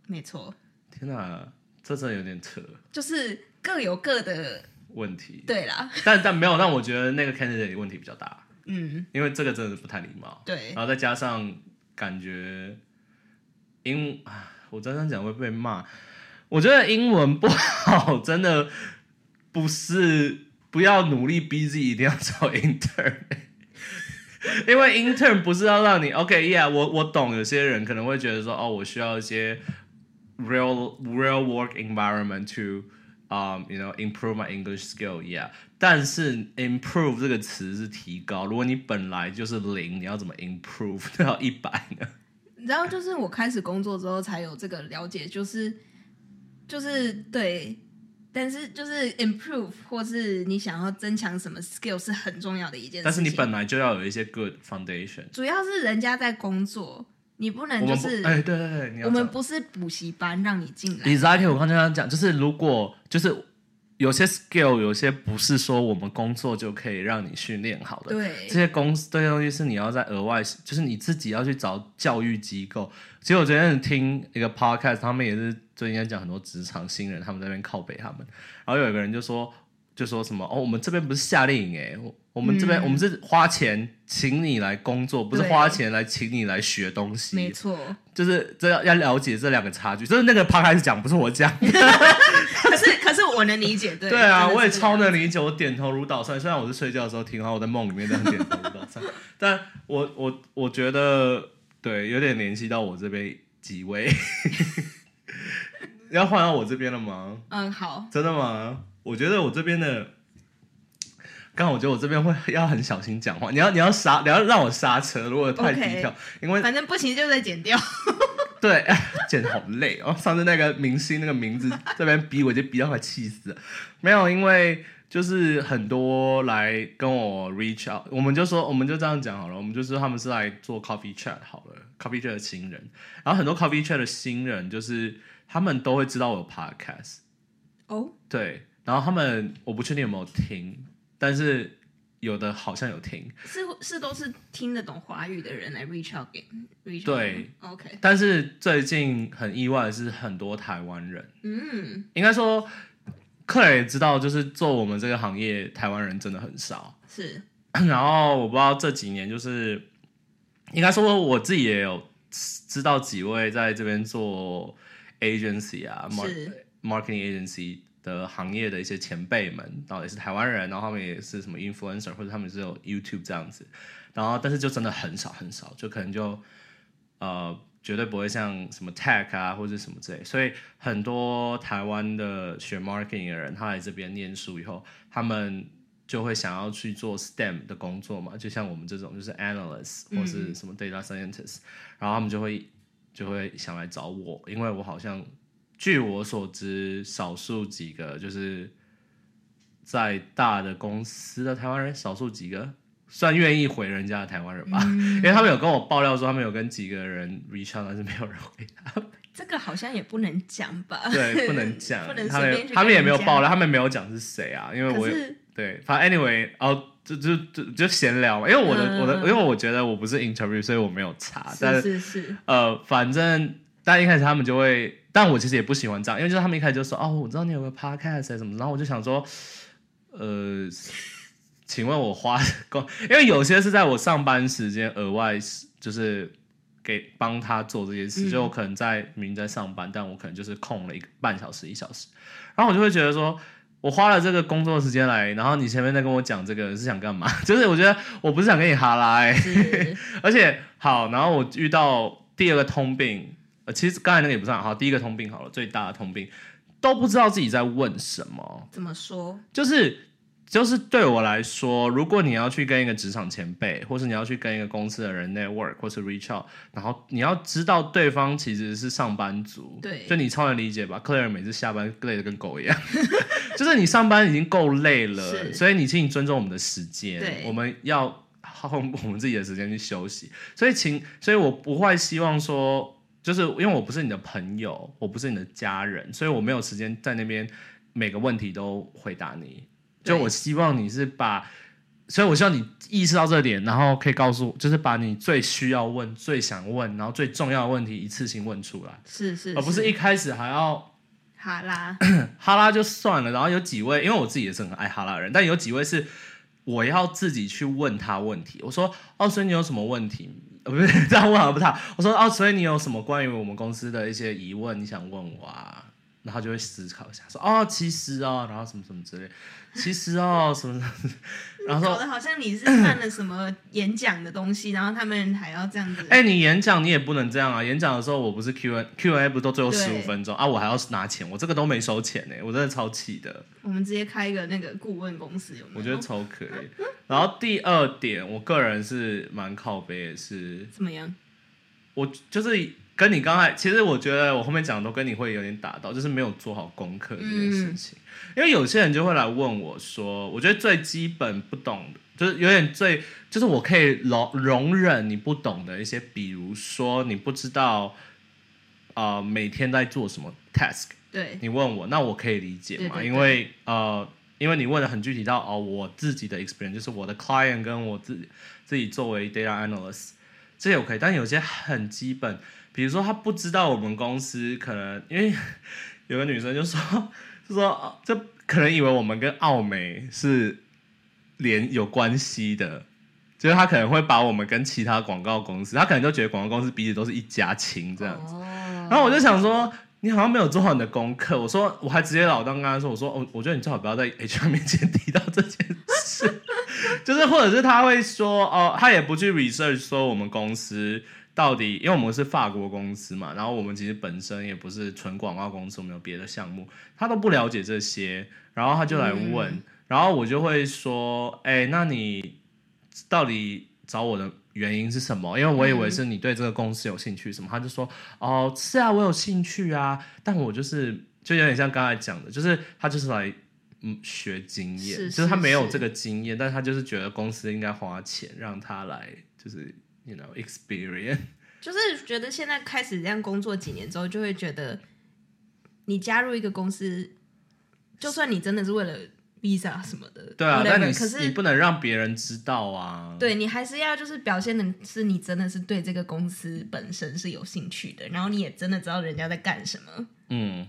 Speaker 2: 没错，
Speaker 1: 天哪，这真的有点扯
Speaker 2: 就是各有各的，
Speaker 1: 问题。
Speaker 2: 对啦，
Speaker 1: 但但没有，但我觉得那个 candidate 问题比较大，
Speaker 2: 嗯，
Speaker 1: 因为这个真的是不太礼貌，
Speaker 2: 对
Speaker 1: 然，后再加上感觉英，啊我这样讲会被骂。我觉得英文不好，真的不是不要努力逼自己一定要找 intern，因为 intern 不是要让你 OK，yeah，、我我懂，有些人可能会觉得说，哦，我需要一些 real real work environment to um you know improve my English skill yeah，但是 improve 这个词是提高，如果你本来就是零，你要怎么 improve [laughs] 到一百呢？
Speaker 2: 然后就是我开始工作之后才有这个了解，就是就是对，但是就是 improve 或是你想要增强什么 skill 是很重要的一件事情。
Speaker 1: 但是你本来就要有一些 good foundation，
Speaker 2: 主要是人家在工作，
Speaker 3: 你不
Speaker 1: 我
Speaker 3: 能就
Speaker 1: 们不
Speaker 3: 是
Speaker 1: 哎、对对对，你要
Speaker 3: 我们
Speaker 1: 讲
Speaker 3: 不是补习班让你进来，
Speaker 1: Exactly，我刚才讲，就是如果就是有些 skill，有些不是说我们工作就可以让你训练好的。
Speaker 3: 对
Speaker 1: 这些公司这些东西是你要在额外，就是你自己要去找教育机构。其实我昨天听一个 podcast，他们也是最近在讲很多职场新人，他们在那边靠北他们，然后有一个人就说就说什么哦，我们这边不是夏令营哎，我我们这边、我们是花钱请你来工作，不是
Speaker 3: 嗯对
Speaker 1: 花钱来请你来学东西。
Speaker 3: 没错。
Speaker 1: 就是这要要了解这两个差距，就是那个 p 开始讲，不是我讲。
Speaker 3: 可是可是我能理解，对
Speaker 1: [laughs] 对啊，
Speaker 3: 真的是
Speaker 1: 我也
Speaker 3: 这样
Speaker 1: 超能理解，我点头如捣蒜。虽然我是睡觉的时候听，然后我在梦里面在点头如捣蒜，但我我我觉得对，有点联系到我这边几位。 [laughs] 要换到我这边了吗？
Speaker 3: 嗯好，
Speaker 1: 真的吗？我觉得我这边的，刚好我觉得我这边会要很小心讲话。你要你要刹，你要让我刹车，如果太低调因为
Speaker 3: 反正不行就再剪掉。 [laughs]
Speaker 1: 对，哎剪得好累哦。上次那个明星那个名字这边逼我就逼到快气死了。没有，因为就是很多来跟我 reach out，我们就说我们就这样讲好了，我们就说他们是来做 coffee chat 好了，coffee chat 的新人。然后很多 coffee chat 的新人就是他们都会知道我有 podcast，
Speaker 3: 哦，
Speaker 1: 对，然后他们我不确定有没有听，但是有的好像有听，
Speaker 3: 是是都是听得懂华语的人来 reach out 给 reach out
Speaker 1: 对
Speaker 3: 吗，OK，
Speaker 1: 但是最近很意外的是很多台湾人。
Speaker 3: 嗯，
Speaker 1: 应该说，克莱也知道，就是做我们这个行业，台湾人真的很少。 [clears throat]
Speaker 3: 是
Speaker 1: 然后我不知道这几年，就是应该说我自己也有知道几位在这边做 agency 啊，mar-
Speaker 3: 是
Speaker 1: marketing agency 的行业的一些前辈们，然后也是台湾人，然后他们也是什么 influencer 或者他们是有 YouTube 这样子，然后但是就真的很少很少，就可能就呃，绝对不会像什么 tech 啊或者什么之类。所以很多台湾的学 marketing 的人，他来这边念书以后，他们就会想要去做 STEM 的工作嘛，就像我们这种就是 analyst 或是什么 data scientist，、然后他们就会就会想来找我，因为我好像据我所知，少数几个就是。在大的公司的台湾人，少数几个算愿意回人家的台湾人吧，
Speaker 3: 嗯
Speaker 1: [laughs] 因为他们有跟我爆料说，他们有跟几个人 reach out，但是没有人回。
Speaker 3: 这个好像也不能讲吧？ [laughs]
Speaker 1: 对，不能讲，
Speaker 3: 不能
Speaker 1: 他
Speaker 3: 随便
Speaker 1: 们
Speaker 3: 去
Speaker 1: 他们也没有
Speaker 3: 跟人家
Speaker 1: 爆料，他们没有讲是谁啊，因为我
Speaker 3: 可
Speaker 1: 也
Speaker 3: 是
Speaker 1: 对，反正 anyway，哦，就就就就闲聊嘛，因为我的、
Speaker 3: 嗯
Speaker 1: 我的，因为我觉得我不是 interview，所以我没有查，啊但
Speaker 3: 是是是，
Speaker 1: 呃，反正但一开始他们就会，但我其实也不喜欢这样，因为就是他们一开始就说哦，我知道你有个 podcast 啊还是什么，然后我就想说，呃，请问我花工，因为有些是在我上班时间额外就是给帮他做这些事，就我可能在明明在上班，但我可能就是空了一个半小时一小时，然后我就会觉得说。我花了这个工作时间来，然后你前面在跟我讲这个是想干嘛？ [laughs] 就是我觉得我不是想跟你哈拉、欸， [laughs]
Speaker 3: 是
Speaker 1: 而且好，然后我遇到第二个通病，呃，其实刚才那个也不算好，第一个通病好了，最大的通病都不知道自己在问什么，
Speaker 3: 怎么说？
Speaker 1: 就是。就是对我来说，如果你要去跟一个职场前辈，或是你要去跟一个公司的人 network，或是 reach out，然后你要知道对方其实是上班族，
Speaker 3: 对
Speaker 1: 就你超能理解吧？克莱尔每次下班累的跟狗一样， [laughs] 就是你上班已经够累了，
Speaker 3: 是
Speaker 1: 所以你请你尊重我们的时间，
Speaker 3: 对
Speaker 1: 我们要花我们自己的时间去休息。所以请，所以我不会希望说，就是因为我不是你的朋友，我不是你的家人，所以我没有时间在那边每个问题都回答你。就
Speaker 3: 对
Speaker 1: 我希望你是把，所以我希望你意识到这点，然后可以告诉我，就是把你最需要问、最想问，然后最重要的问题一次性问出来，
Speaker 3: 是是，
Speaker 1: 而哦不是一开始还要
Speaker 3: 好啦，
Speaker 1: 哈拉就算了，然后有几位，因为我自己也是很爱哈拉的人，但有几位是我要自己去问他问题。我说：“哦，所以你有什么问题？”呃，不是这样问好像不太好。我说：“哦，所以你有什么关于我们公司的一些疑问，你想问我啊？”然后就会思考一下，说：“哦，其实哦，然后什么什么之类，其实哦，什么什么。” [coughs] 然后
Speaker 2: [laughs]
Speaker 3: 搞
Speaker 1: 说
Speaker 3: 得好像你是看了什么演讲的东西，然后他们还要这样子。
Speaker 1: [coughs] 哎、你演讲你也不能这样啊！演讲的时候我不是 Q A Q A 不是都最后
Speaker 3: 对
Speaker 1: 十五分钟啊？我还要拿钱，我这个都没收钱呢、我真的超气的。
Speaker 3: 我们直接开一个那个顾问公司，有没有？
Speaker 1: 我觉得超可以。然后第二点，我个人是蛮靠背，的是
Speaker 3: 怎么样？
Speaker 1: 我就是跟你刚才，其实我觉得我后面讲的都跟你会有点打到，就是没有做好功课这件事情。因为有些人就会来问我说，我觉得最基本不懂的，就是有点最，就是我可以容容忍你不懂的一些，比如说你不知道，呃，每天在做什么 task，
Speaker 3: 对
Speaker 1: 你问我，那我可以理解嘛，
Speaker 3: 对对对
Speaker 1: 因为呃，因为你问的很具体到哦，我自己的 experience 就是我的 client 跟我自己自己作为 data analyst，这也 OK，但有些很基本，比如说他不知道我们公司可能因为有个女生就说 [laughs] 就说哦这可能以为我们跟澳美是连有关系的。就是他可能会把我们跟其他广告公司，他可能就觉得广告公司彼此都是一家亲这样子。
Speaker 3: 哦
Speaker 1: 然后我就想说，你好像没有做好你的功课。我说，我还直接老当跟他说，我说，哦，我觉得你最好不要在 HR 面前提到这件事， [laughs] 就是或者是他会说，哦，他也不去 research 说我们公司到底，因为我们是法国公司嘛，然后我们其实本身也不是纯广告公司，我们有别的项目，他都不了解这些，然后他就来问，
Speaker 3: 嗯
Speaker 1: 然后我就会说，哎，那你到底找我的原因是什么？因为我以
Speaker 3: 嗯
Speaker 1: 为是你对这个公司有兴趣什么，他就说，哦，是啊，我有兴趣啊，但我就是就有点像刚才讲的，就是他就是来。嗯，学经验，
Speaker 3: 是
Speaker 1: 就是他
Speaker 3: 是
Speaker 1: 没有
Speaker 3: 是
Speaker 1: 这个经验，但他就是觉得公司应该花钱让他来，就是 you know experience。
Speaker 3: 就是觉得现在开始这样工作几年之后，就会觉得你加入一个公司，就算你真的是为了 visa 什么的，
Speaker 1: 对啊，但
Speaker 3: whatever，
Speaker 1: 你
Speaker 3: 可
Speaker 1: 你
Speaker 3: 是
Speaker 1: 不能让别人知道啊。
Speaker 3: 对你还是要就是表现的是你真的是对这个公司本身是有兴趣的，然后你也真的知道人家在干什么。
Speaker 1: 嗯，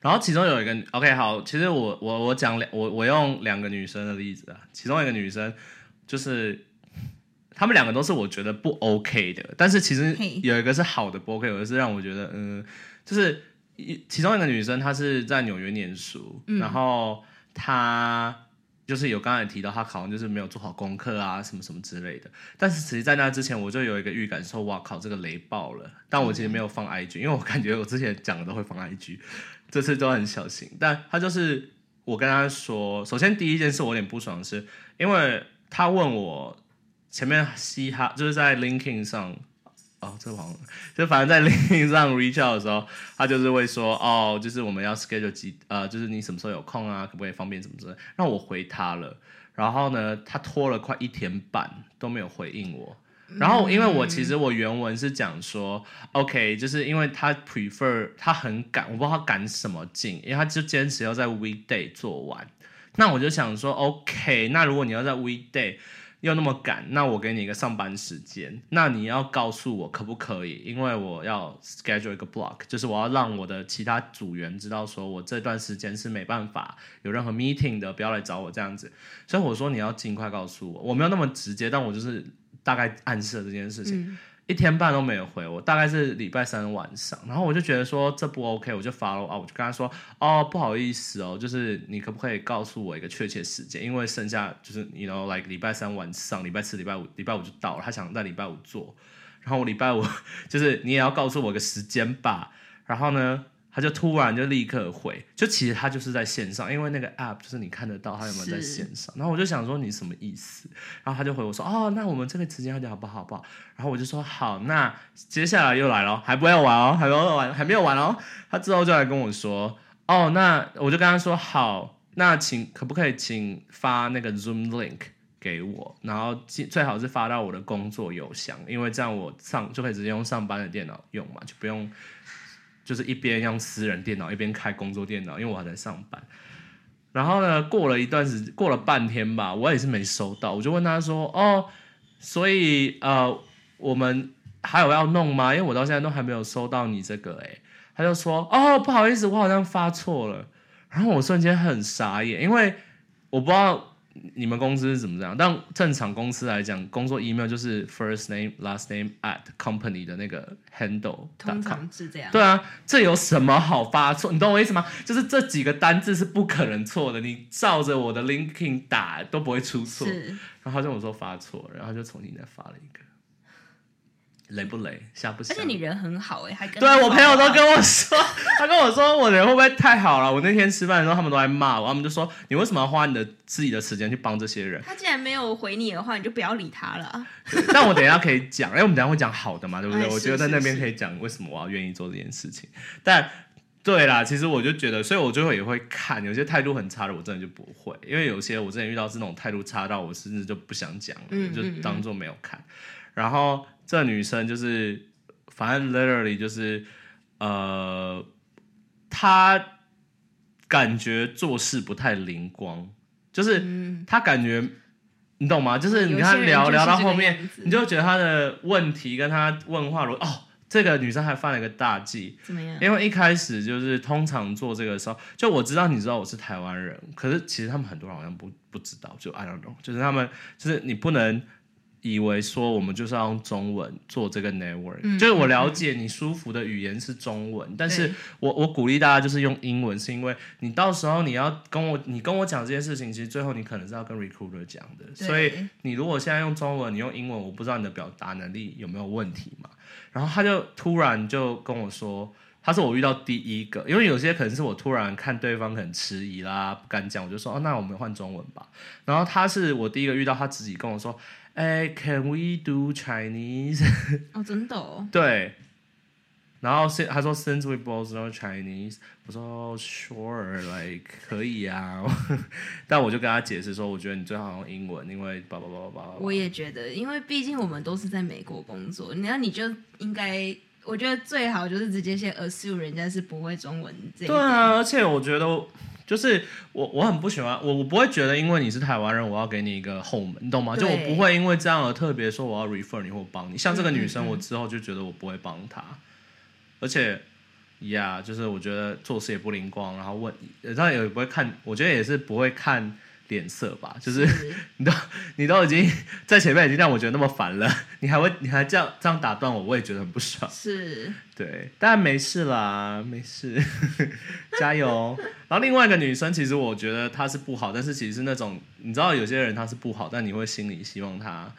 Speaker 1: 然后其中有一个 OK 好，其实我我我讲两我我用两个女生的例子啊，其中一个女生就是她们两个都是我觉得不 OK 的，但是其实
Speaker 3: 嘿
Speaker 1: 有一个是好的不 OK，有一个是让我觉得嗯，就是一其中一个女生她是在纽约念书，然后她。就是有刚才提到她考像就是没有做好功课啊，什么什么之类的。但是其实，在那之前我就有一个预感说，哇靠，这个雷爆了。但我其实没有放 IG，因为我感觉我之前讲的都会放 IG，这次都很小心。但他就是我跟他说，首先第一件事我有点不爽的是，因为他问我前面嘻哈就是在 LinkedIn 上。哦，这好像就反正在 [laughs] LinkedIn 上 reach out 的时候，他就是会说，哦，就是我们要 schedule 几，呃，就是你什么时候有空啊，可不可以方便什么之类的。那我回他了，然后呢，他拖了快一天半都没有回应我。然后，因为我其实我原文是讲说、o k 就是因为他 prefer 他很赶，我不知道他赶什么劲，因为他就坚持要在 weekday 做完。那我就想说，OK，那如果你要在 weekday 又那么赶，那我给你一个上班时间，那你要告诉我可不可以？因为我要 schedule 一个 block，就是我要让我的其他组员知道，说我这段时间是没办法有任何 meeting 的，不要来找我这样子。所以我说你要尽快告诉我，我没有那么直接，但我就是大概暗示了这件事情。一天半都没有回我，大概是礼拜三晚上，然后我就觉得说这不 OK，我就发了啊，我就跟他说哦，不好意思哦，就是你可不可以告诉我一个确切时间？因为剩下就是你 you know like 礼拜三晚上、礼拜四、礼拜五、礼拜五就到了，他想在礼拜五做，然后我礼拜五 [laughs] 就是你也要告诉我个时间吧。然后呢，他就突然就立刻回，就其实他就是在线上，因为那个 app 就是你看得到他有没有在
Speaker 3: 是
Speaker 1: 线上。然后我就想说你什么意思？然后他就回我说哦，那我们这个时间要聊好不好？好不好？然后我就说好，那接下来又来了，还不要玩哦，还没有玩，还没有玩哦。他之后就来跟我说，哦，那我就跟他说好，那请可不可以请发那个 Zoom link 给我，然后尽最好是发到我的工作邮箱，因为这样我上就可以直接用上班的电脑用嘛，就不用就是一边用私人电脑一边开工作电脑，因为我还在上班。然后呢，过了一段时，过了半天吧，我也是没收到，我就问他说，哦，所以呃，我们还有要弄吗？因为我到现在都还没有收到你这个、欸，他就说，哦，不好意思，我好像发错了。然后我瞬间很傻眼，因为我不知道你们公司是怎么样，但正常公司来讲，工作 email 就是 first name last name at company 的那个 handle，
Speaker 3: 通常是这样，
Speaker 1: 对啊，这有什么好发错？你懂我意思吗？就是这几个单字是不可能错的，你照着我的 linking 打都不会出错。
Speaker 3: 是
Speaker 1: 然后他跟我说发错，然后就重新再发了一个。雷不雷，香不
Speaker 3: 而
Speaker 1: 香？
Speaker 3: 且你人很好哎、还跟他
Speaker 1: 对我朋友
Speaker 3: 好
Speaker 1: 都
Speaker 3: 啊
Speaker 1: 跟我说， [laughs] 他跟我说我人会不会太好了？我那天吃饭的时候，他们都在骂我，他们就说你为什么要花你的自己的时间去帮这些人？
Speaker 3: 他既然没有回你的话，你就不要理他了啊。
Speaker 1: [laughs] 但我等一下可以讲，因为我们等一下会讲好的嘛，对不对？
Speaker 3: 哎是
Speaker 1: 我觉得在那
Speaker 3: 是
Speaker 1: 边
Speaker 3: 是
Speaker 1: 可以讲为什么我要愿意做这件事情。但对啦，其实我就觉得，所以我最后也会看，有些态度很差的，我真的就不会，因为有些我之前遇到是那种态度差到我甚至就不想讲了，
Speaker 3: 嗯
Speaker 1: 就
Speaker 3: 嗯嗯
Speaker 1: 当做没有看。然后这女生就是，反正 literally 就是，呃，她感觉做事不太灵光，就是
Speaker 3: 嗯，
Speaker 1: 他感觉，你懂吗？就是你跟他
Speaker 3: 有些人就
Speaker 1: 聊
Speaker 3: 是
Speaker 1: 聊到
Speaker 3: 这个
Speaker 1: 后面
Speaker 3: 样子，
Speaker 1: 你就觉得他的问题跟他问话逻哦，这个女生还犯了一个大忌，
Speaker 3: 怎么样？
Speaker 1: 因为一开始就是通常做这个的时候，就我知道你知道我是台湾人，可是其实他们很多人好像不不知道，就 I don't know，就是他们就是你不能以为说我们就是要用中文做这个 network，、
Speaker 3: 嗯
Speaker 1: 就是我了解你舒服的语言是中文，但是
Speaker 3: 对
Speaker 1: 我我鼓励大家就是用英文，是因为你到时候你要跟我你跟我讲这件事情，其实最后你可能是要跟 recruiter 讲的，
Speaker 3: 对
Speaker 1: 所以你如果现在用中文，你用英文，我不知道你的表达能力有没有问题嘛。然后他就突然就跟我说，他是我遇到第一个，因为有些可能是我突然看对方很迟疑啦，不敢讲，我就说哦，那我们换中文吧。然后他是我第一个遇到，他自己跟我说，哎，Can we do Chinese？
Speaker 3: 哦，真的哦，
Speaker 1: 对。然后是他说，Since we both know Chinese，我说 Sure，like 可以啊。 [laughs] 但我就跟他解释说，我觉得你最好用英文，因为叭叭叭叭叭叭。
Speaker 3: 我也觉得，因为毕竟我们都是在美国工作，那你就应该，我觉得最好就是直接先 assume 人家是不会中文这一
Speaker 1: 对
Speaker 3: 点。
Speaker 1: 啊，而且我觉得我，就是我我很不喜欢，我我不会觉得因为你是台湾人，我要给你一个后门，你懂吗？就我
Speaker 3: 对
Speaker 1: 不会因为这样而特别说我要 refer 你或帮你。像这个女
Speaker 3: 嗯
Speaker 1: 生，
Speaker 3: 嗯嗯
Speaker 1: 我之后就觉得我不会帮她，而且。呀就是我觉得做事也不灵光，然后问，呃当然也不会看，我觉得也是不会看脸色吧，就是
Speaker 3: 是
Speaker 1: 你都已经在前面已经让我觉得那么烦了，你还会你还这样这样打断我，我也觉得很不爽。
Speaker 3: 是，
Speaker 1: 对，但没事啦，没事， [laughs] 加油。然后另外一个女生，其实我觉得她是不好，但是其实是那种你知道，有些人她是不好，但你会心里希望她，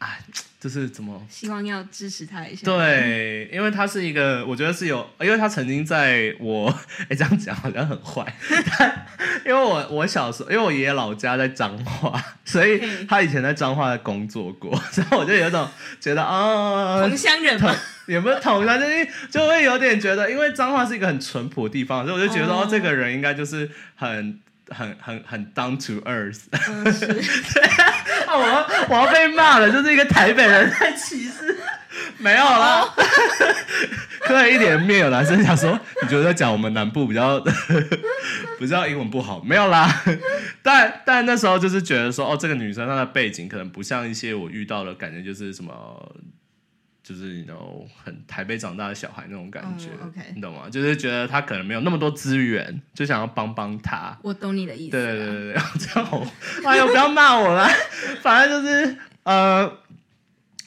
Speaker 1: 哎，就是怎么
Speaker 3: 希望要支持他一下。，
Speaker 1: 对，因为她是一个，我觉得是有，因为她曾经在我， [laughs] 哎，这样讲好像很坏， [laughs] 但因为我我小时候，因为我爷爷老家在彰化，所以
Speaker 3: 嗯
Speaker 1: 她以前在彰化工作过，所以我就有一种觉得啊，
Speaker 3: 同乡人嘛，
Speaker 1: 也不是同乡，就是 [laughs] 就会有点觉得，因为彰化是一个很淳朴的地方，所以我就觉得、
Speaker 3: 哦
Speaker 1: 哦，这个人应该就是很很很很 down to earth。
Speaker 3: 嗯，
Speaker 1: [laughs]
Speaker 3: 是，
Speaker 1: 啊，我要我要被骂了，就是一个台北人在歧视。 [laughs] 没有啦，刻、了一点面有男生想说，你觉得在讲我们南部比较 [laughs] 比较英文不好？没有啦，但但那时候就是觉得说，哦，这个女生她的背景可能不像一些我遇到的感觉，就是什么。就是你 know 很台北长大的小孩那种感觉、
Speaker 3: 嗯，OK
Speaker 1: 你懂吗？就是觉得她可能没有那么多资源，就想要帮帮她。
Speaker 3: 我懂你的意思
Speaker 1: 对
Speaker 3: 啊。
Speaker 1: 对对
Speaker 3: [laughs]
Speaker 1: 对 [laughs] 对，这样我，哎呦，不要骂我啦，反正就是呃，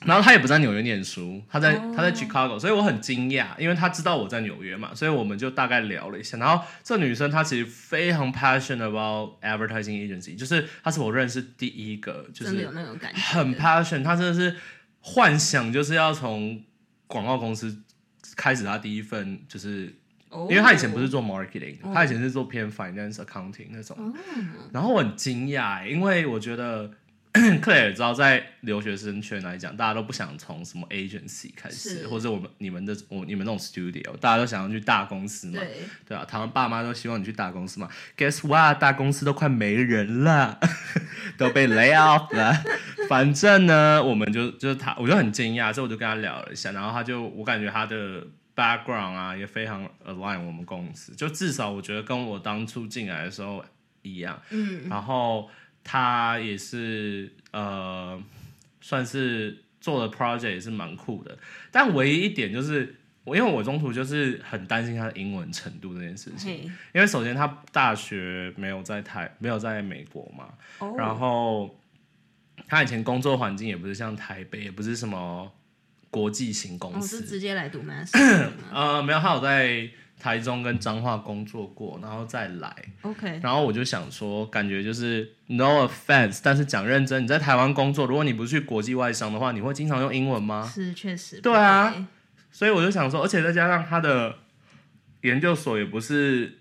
Speaker 1: 然后他也不在纽约念书，他在、
Speaker 3: 哦
Speaker 1: 他在 Chicago，所以我很惊讶，因为他知道我在纽约嘛，所以我们就大概聊了一下。然后这女生她其实非常 passionate about advertising agency，就是她是我认识第一个，就
Speaker 3: 真的有
Speaker 1: 是
Speaker 3: 那种感觉，
Speaker 1: 很 passion，她真的是幻想就是要从广告公司开始她第一份就是
Speaker 3: 哦
Speaker 1: 因为他以前不是做 marketing，的
Speaker 3: 哦
Speaker 1: 他以前是做偏 finance accounting 那种。
Speaker 3: 哦
Speaker 1: 然后我很惊讶，因为我觉得 [coughs] 克也知道，在留学生圈来讲，大家都不想从什么 agency 开始，
Speaker 3: 是
Speaker 1: 或者我们你们的我你们那种 studio，大家都想要去大公司嘛。
Speaker 3: 对，
Speaker 1: 对啊，台湾爸妈都希望你去大公司嘛。Guess what？大公司都快没人了，都被 lay off 了。反正呢，我们就就是他，我就很惊讶，所以我就跟他聊了一下，然后他就我感觉他的 background 啊也非常 align 我们公司，就至少我觉得跟我当初进来的时候一样。
Speaker 3: 嗯，
Speaker 1: 然后他也是呃，算是做的 project 也是蛮酷的，但唯一一点就是。我因为我中途就是很担心他的英文程度这件事情，
Speaker 3: 嘿，
Speaker 1: 因为首先他大学没有在台，没有在美国嘛，
Speaker 3: 哦，
Speaker 1: 然后他以前工作环境也不是像台北，也不是什么国际型公
Speaker 3: 哦我是
Speaker 1: 司， [clears throat]
Speaker 3: 直接来读 master 的吗
Speaker 1: 呃，没有，他有在台中跟彰化工作过，然后再来，
Speaker 2: OK，
Speaker 1: 然后我就想说，感觉就是 no offense，但是讲认真，你在台湾工作，如果你不去国际外商的话，你会经常用英文吗？
Speaker 2: 是确实
Speaker 1: 对啊，所以我就想说，而且再加上他的研究所也不是，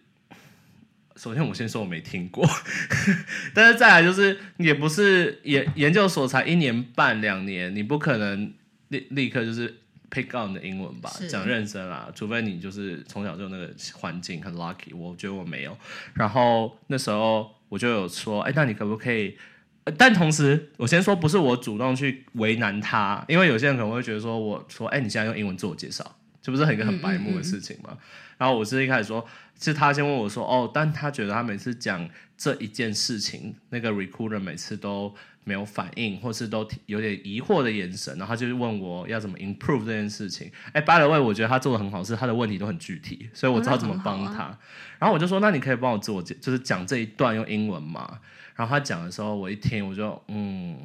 Speaker 1: 首先我先说我没听过， [laughs] 但是再来就是也不是研研究所才一年半两年，你不可能立立刻就是 pick up 你的英文吧？
Speaker 2: 是
Speaker 1: 讲认真啦，除非你就是从小就那个环境很 lucky，我觉得我没有。然后那时候我就有说，哎、那你可不可以？呃但同时，我先说不是我主动去为难他，因为有些人可能会觉得说，我说，哎、你现在用英文自我介绍，这不是很一个很白目的事情吗？然后我是一开始说，是他先问我说，哦，但他觉得他每次讲这一件事情，那个 recruiter 每次都没有反应，或是都挺有点疑惑的眼神，然后他就是问我要怎么 improve 这件事情。哎，by the way，我觉得他做的很好，是他的问题都很具体，所以我知道怎么帮他。然后我就说，那你可以帮我自我介，就是讲这一段用英文吗？然后他讲的时候，我一听我就嗯，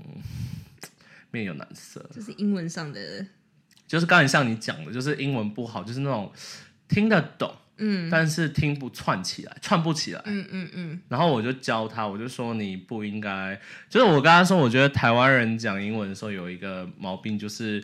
Speaker 1: 面有难色。
Speaker 2: 这是英文上的
Speaker 1: 就是刚才像你讲的，就是英文不好，就是那种听得懂，嗯，但是听不串起来，串不起来，嗯嗯嗯。然后我就教他，我就说你不应该，就是我跟他说，我觉得台湾人讲英文的时候有一个毛病，就是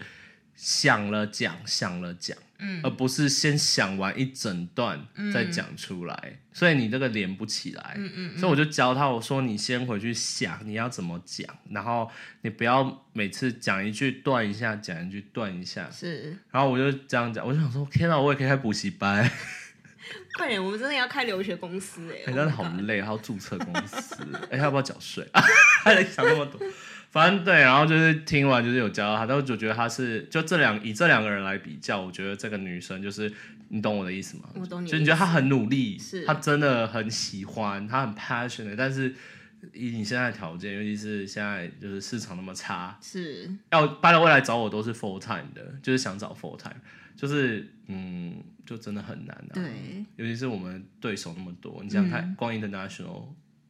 Speaker 1: 想了讲，想了讲。嗯，而不是先想完一整段再讲出来，所以你这个连不起来。嗯嗯所以我就教他，我说你先回去想你要怎么讲，然后你不要每次讲一句断一下，讲一句断一下。
Speaker 2: 是
Speaker 1: 然后我就这样讲，我就想说，天啊，我也可以开补习班，
Speaker 2: 快点，我们真的要开留学公司哎、
Speaker 1: 但是欸好累，还要注册公司，哎、要不要缴税？还在想那么多，反正对，然后就是听完就是有教到他，但是我觉得他是就这两以这两个人来比较，我觉得这个女生就是你懂我的意思吗？
Speaker 2: 我懂你的
Speaker 1: 就你觉得她很努力，
Speaker 2: 是
Speaker 1: 她真的很喜欢，她很 passionate，但是以你现在的条件，尤其是现在就是市场那么差，
Speaker 2: 是
Speaker 1: 要搬到未来找我都是 full time 的，就是想找 full time，就是嗯，就真的很难啊。
Speaker 2: 对，
Speaker 1: 尤其是我们对手那么多，你想想看，光 international，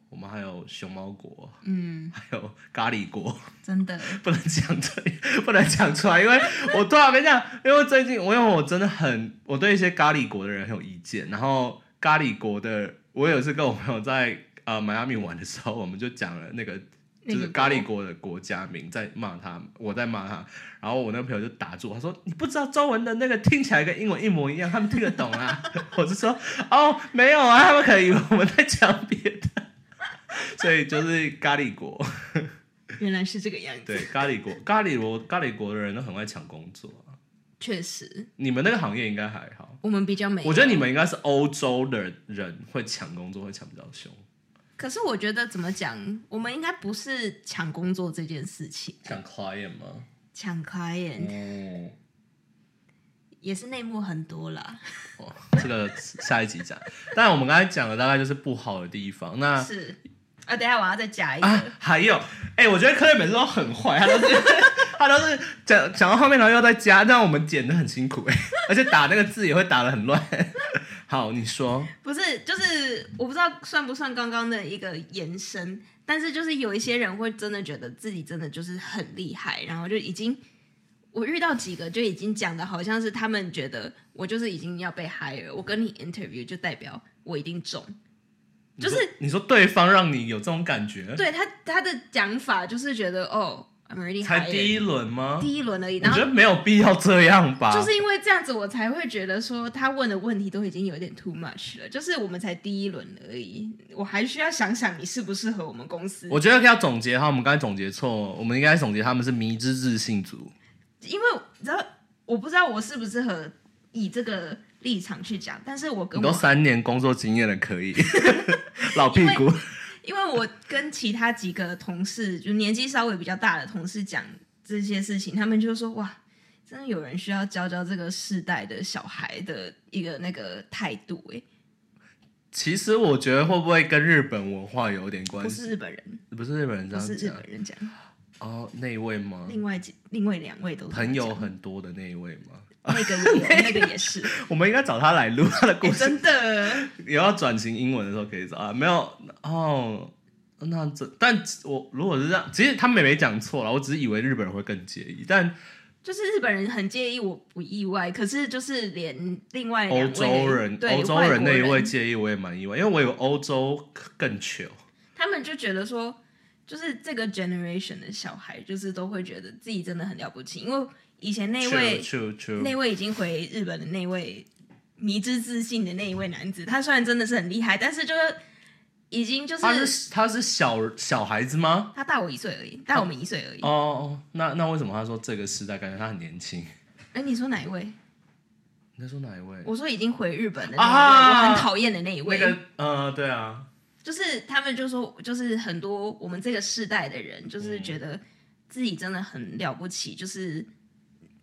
Speaker 1: 我们还有熊猫国， [laughs] 嗯，还有咖喱国， [laughs]
Speaker 2: 真的
Speaker 1: 不能讲出，不能讲出来，因为我突然没讲， [laughs] 因为最近我因为我真的很，我对一些咖喱国的人很有意见，然后咖喱国的，我有一次跟我朋友在呃迈阿密玩的时候，我们就讲了那个。
Speaker 2: 那
Speaker 1: 就
Speaker 2: 个
Speaker 1: 是咖喱国的国家名在骂他，我在骂他，然后我那个朋友就打住，他说：“你不知道中文的那个听起来跟英文一模一样，他们听得懂
Speaker 2: [laughs]
Speaker 1: 啊。”我就说：“哦，没有啊，他们可能以为我们在讲别的。” [laughs] 所以就是咖喱国。
Speaker 2: 原来是这个样子，
Speaker 1: [laughs] 对，咖喱国、咖喱国、咖喱国的人都很爱抢工作啊、
Speaker 2: 确实
Speaker 1: 你们那个行业应该还好，
Speaker 2: 我们比较没有，
Speaker 1: 我觉得你们应该是欧洲的人会抢工作会抢比较凶，
Speaker 2: 可是我觉得怎么讲，我们应该不是抢工作这件事情，
Speaker 1: 抢 client 吗？
Speaker 2: 抢 client 嗯
Speaker 1: 哦，
Speaker 2: 也是内幕很多啦，
Speaker 1: 哦这个下一集讲。但我们刚才讲的大概就是不好的地方。那
Speaker 2: 是啊，等一下我要再加一个，
Speaker 1: 啊，还有，哎、我觉得科瑞每次都很坏，他都是 [laughs] 他都是讲讲到后面，然后又再加，但我们剪的很辛苦哎、而且打那个字也会打的很乱。 [laughs] 好，你说
Speaker 2: 不是就是我不知道算不算刚刚的一个延伸，但是就是有一些人会真的觉得自己真的就是很厉害，然后就已经。我遇到几个就已经讲的，好像是他们觉得我就是已经要被 hire，我跟你 interview 就代表我一定中，
Speaker 1: 你说
Speaker 2: 就是
Speaker 1: 你说对方让你有这种感觉，
Speaker 2: 对他他的讲法就是觉得哦，I'm already
Speaker 1: 才
Speaker 2: hired
Speaker 1: 第一轮吗？
Speaker 2: 第一轮而已，
Speaker 1: 我
Speaker 2: 然
Speaker 1: 觉
Speaker 2: 后
Speaker 1: 得没有必要这样吧。
Speaker 2: 就是因为这样子，我才会觉得说他问的问题都已经有点 too much 了，就是我们才第一轮而已，我还需要想想你适不适合我们公司，
Speaker 1: 我觉得要总结哈，我们刚才总结错，我们应该总结他们是迷之自信族。
Speaker 2: 因为你知道我不知道我适不适合以这个立场去讲，但是我
Speaker 1: 你
Speaker 2: 跟
Speaker 1: 都
Speaker 2: 我
Speaker 1: 三年工作经验了，可
Speaker 2: [laughs]
Speaker 1: 以老屁股。
Speaker 2: 因为我跟其他几个同事，就年纪稍微比较大的同事讲这些事情，他们就说：“哇，真的有人需要教教这个世代的小孩的一个那个态度。”哎，
Speaker 1: 其实我觉得会不会跟日本文化有点关
Speaker 2: 不是
Speaker 1: 系？
Speaker 2: 日本人，
Speaker 1: 不是日本人这
Speaker 2: 不是
Speaker 1: 样
Speaker 2: 日
Speaker 1: 讲
Speaker 2: 本人讲，
Speaker 1: 哦，那一位吗？
Speaker 2: 另外几另外两位都是这样
Speaker 1: 朋友
Speaker 2: 讲
Speaker 1: 很多的那一位吗？
Speaker 2: 那个也有， [laughs] 那个
Speaker 1: [laughs]
Speaker 2: 也是，
Speaker 1: 我们应该找他来录他的故
Speaker 2: 哎
Speaker 1: 事。
Speaker 2: 真的
Speaker 1: 也要转型英文的时候可以找啊，没有哦。那这，但我如果是这样，其实他们也没讲错了，我只是以为日本人会更介意，但
Speaker 2: 就是日本人很介意我不意外，可是就是连另外两
Speaker 1: 欧
Speaker 2: 位
Speaker 1: 洲人，
Speaker 2: 对
Speaker 1: 欧洲
Speaker 2: 外
Speaker 1: 人
Speaker 2: 国
Speaker 1: 那一位介意我也蛮意外，因为我以为欧洲更穷。
Speaker 2: 他们就觉得说，就是这个 generation 的小孩，就是都会觉得自己真的很了不起，因为以前那位
Speaker 1: true true，
Speaker 2: 那位已经回日本的那位迷之自信的那一位男子，他虽然真的是很厉害，但是就是已经就是
Speaker 1: 他是他是小小孩子吗？
Speaker 2: 他大我一岁而已，大我们一岁而已。
Speaker 1: 哦
Speaker 2: 哎、
Speaker 1: 哦，那那为什么他说这个时代感觉他很年轻？
Speaker 2: 哎你说哪一位？
Speaker 1: 你在说哪一位？
Speaker 2: 我说已经回日本的那一位，
Speaker 1: 啊
Speaker 2: 我很讨厌的那一位。
Speaker 1: 那个呃，对啊，
Speaker 2: 就是他们就说，就是很多我们这个世代的人，就是觉得自己真的很了不起，就是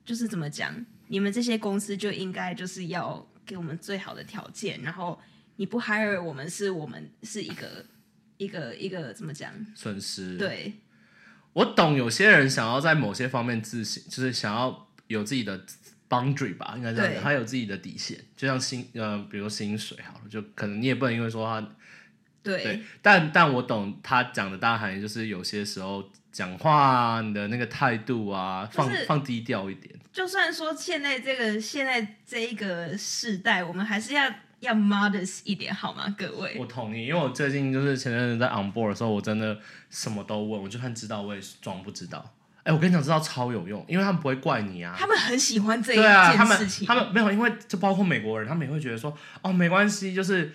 Speaker 2: 就是怎么讲，你们这些公司就应该就是要给我们最好的条件，然后你不 hire 我们是我们是一个一个一个怎么讲？
Speaker 1: 损失。，
Speaker 2: 对
Speaker 1: 我懂有些人想要在某些方面自信，就是想要有自己的 boundary 吧，应该这样
Speaker 2: 对
Speaker 1: 讲，他有自己的底线，就像薪呃，比如说薪水好了，就可能你也不能因为说他
Speaker 2: 对
Speaker 1: 对，但但我懂他讲的大含义，就是有些时候讲话啊，你的那个态度啊，
Speaker 2: 就
Speaker 1: 放
Speaker 2: 是
Speaker 1: 放低调一点。
Speaker 2: 就算说现在这个现在这一个世代，我们还是要要 modest 一点好吗？各位，
Speaker 1: 我同意，因为我最近就是前阵子在 on board 的时候，我真的什么都问，我就算知道我也装不知道。哎、我跟你讲，知道超有用，因为他们不会怪你啊。
Speaker 2: 他们很喜欢这一
Speaker 1: 对啊，他
Speaker 2: 件
Speaker 1: 们
Speaker 2: 事情，
Speaker 1: 他们没有，因为就包括美国人，他们也会觉得说，哦，没关系，就是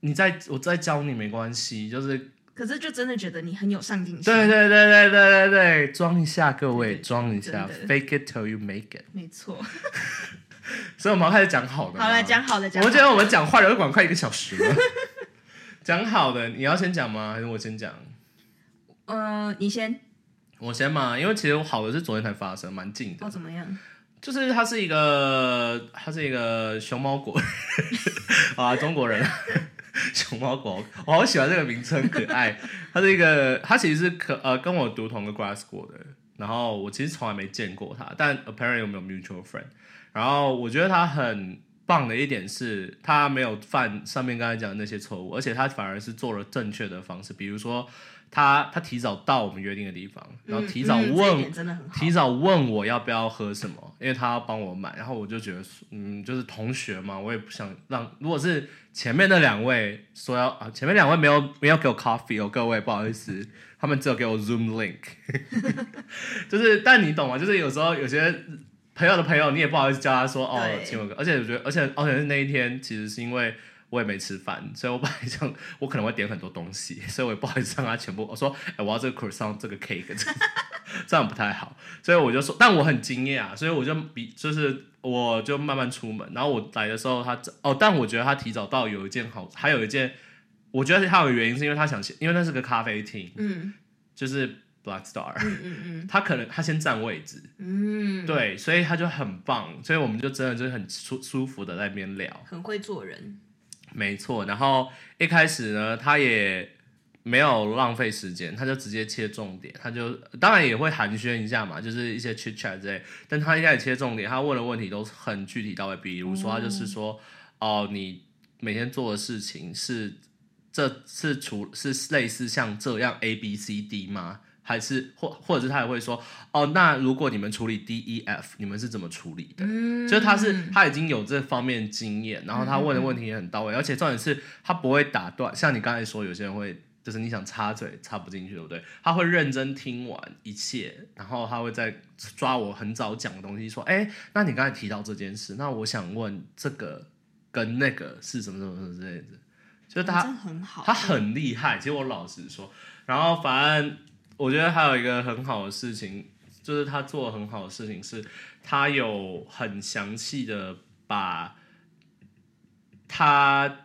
Speaker 1: 你在我在教你没关系，就是
Speaker 2: 可是就真的觉得你很有上进心。
Speaker 1: 对对对对对对对，装一下各
Speaker 2: 对
Speaker 1: 位，
Speaker 2: 对
Speaker 1: 装一下
Speaker 2: 真的
Speaker 1: ，fake it till you make it。
Speaker 2: 没错。
Speaker 1: 所以我们要开始讲好的。
Speaker 2: 好了，。讲好了，讲好
Speaker 1: 我
Speaker 2: 了。
Speaker 1: 觉得我们讲坏的会管快一个小时了。 [laughs] 讲好的，你要先讲吗？还是我先讲？
Speaker 2: 呃，你先，
Speaker 1: 我先嘛，因为其实好的是昨天才发生，蛮近的。
Speaker 2: 哦，怎么样？
Speaker 1: 就是他是一个，他是一个熊猫国 [laughs] 啊，中国人， [laughs] 熊猫国，我好喜欢这个名称，可爱。他是一个，他其实是可呃跟我读同个 grad school 的，然后我其实从来没见过他，但 apparently 我们有 mutual friend。然后我觉得他很棒的一点是，他没有犯上面刚才讲的那些错误，而且他反而是做了正确的方式，比如说他他提早到我们约定的地方，然后提早
Speaker 2: 嗯嗯
Speaker 1: 问
Speaker 2: 这一点真的很好。
Speaker 1: 提早问我要不要喝什么，因为他要帮我买，然后我就觉得，嗯，就是同学嘛，我也不想让。如果是前面那两位说要啊，前面两位没有没有给我 coffee 哦，各位不好意思，他们只有给我 Zoom link，就是 [laughs] 但你懂吗？就是有时候有些朋友的朋友，你也不好意思叫他说哦，
Speaker 2: 对
Speaker 1: 请我个，而且我觉得，而且而且是那一天，其实是因为。我也没吃饭，所以我本来想我可能会点很多东西，所以我也不好意思让他全部。我说，哎、我要这个 croissant，这个 cake，这个 [laughs] 这样不太好。所以我就说，但我很惊讶，所以我就比就是我就慢慢出门，然后我来的时候他哦，但我觉得他提早到有一件好，还有一件，我觉得他有原因是因为他想先，因为那是个咖啡厅，
Speaker 2: 嗯
Speaker 1: 就是 Black Star，、
Speaker 2: 嗯嗯
Speaker 1: 他可能他先占位置，
Speaker 2: 嗯嗯，，
Speaker 1: 对，所以他就很棒，所以我们就真的就是很舒舒服的在那边聊，
Speaker 2: 很会做人。
Speaker 1: 没错。然后一开始呢，他也没有浪费时间，他就直接切重点，他就当然也会寒暄一下嘛，就是一些 chit chat 之类。但他一开始切重点，他问的问题都是很具体到位，比如说他就是说，哦、你每天做的事情是这是除是类似像这样 A B C D 吗？还是或或者是他也会说，哦，那如果你们处理 D E F，你们是怎么处理的？
Speaker 2: 嗯，
Speaker 1: 就是他是他已经有这方面经验，然后他问的问题也很到位，而且重点是他不会打断，像你刚才说，有些人会就是你想插嘴插不进去，对不对？他会认真听完一切，然后他会再抓我很早讲的东西，说，哎，那你刚才提到这件事，那我想问这个跟那个是什么什么什么之类的，就是
Speaker 2: 哦
Speaker 1: 他
Speaker 4: 真的很好，
Speaker 1: 他很厉害，其实我老实说，然后反正我觉得还有一个很好的事情，就是他做的很好的事情是，他有很详细的把他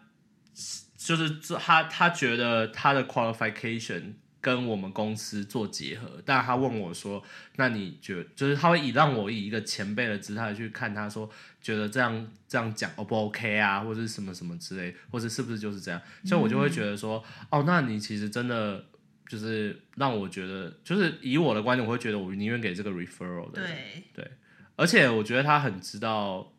Speaker 1: 就是做他他觉得他的 qualification 跟我们公司做结合，但他问我说，那你觉就是他会以让我以一个前辈的姿态去看他说，觉得这样这样讲 O 不 OK 啊，或者是什么什么之类，或者是不是就是这样，所以我就会觉得说，哦，那你其实真的就是让我觉得，就是以我的观点，我会觉得我宁愿给这个 referral 的人，
Speaker 2: 对，
Speaker 1: 而且我觉得他很知道，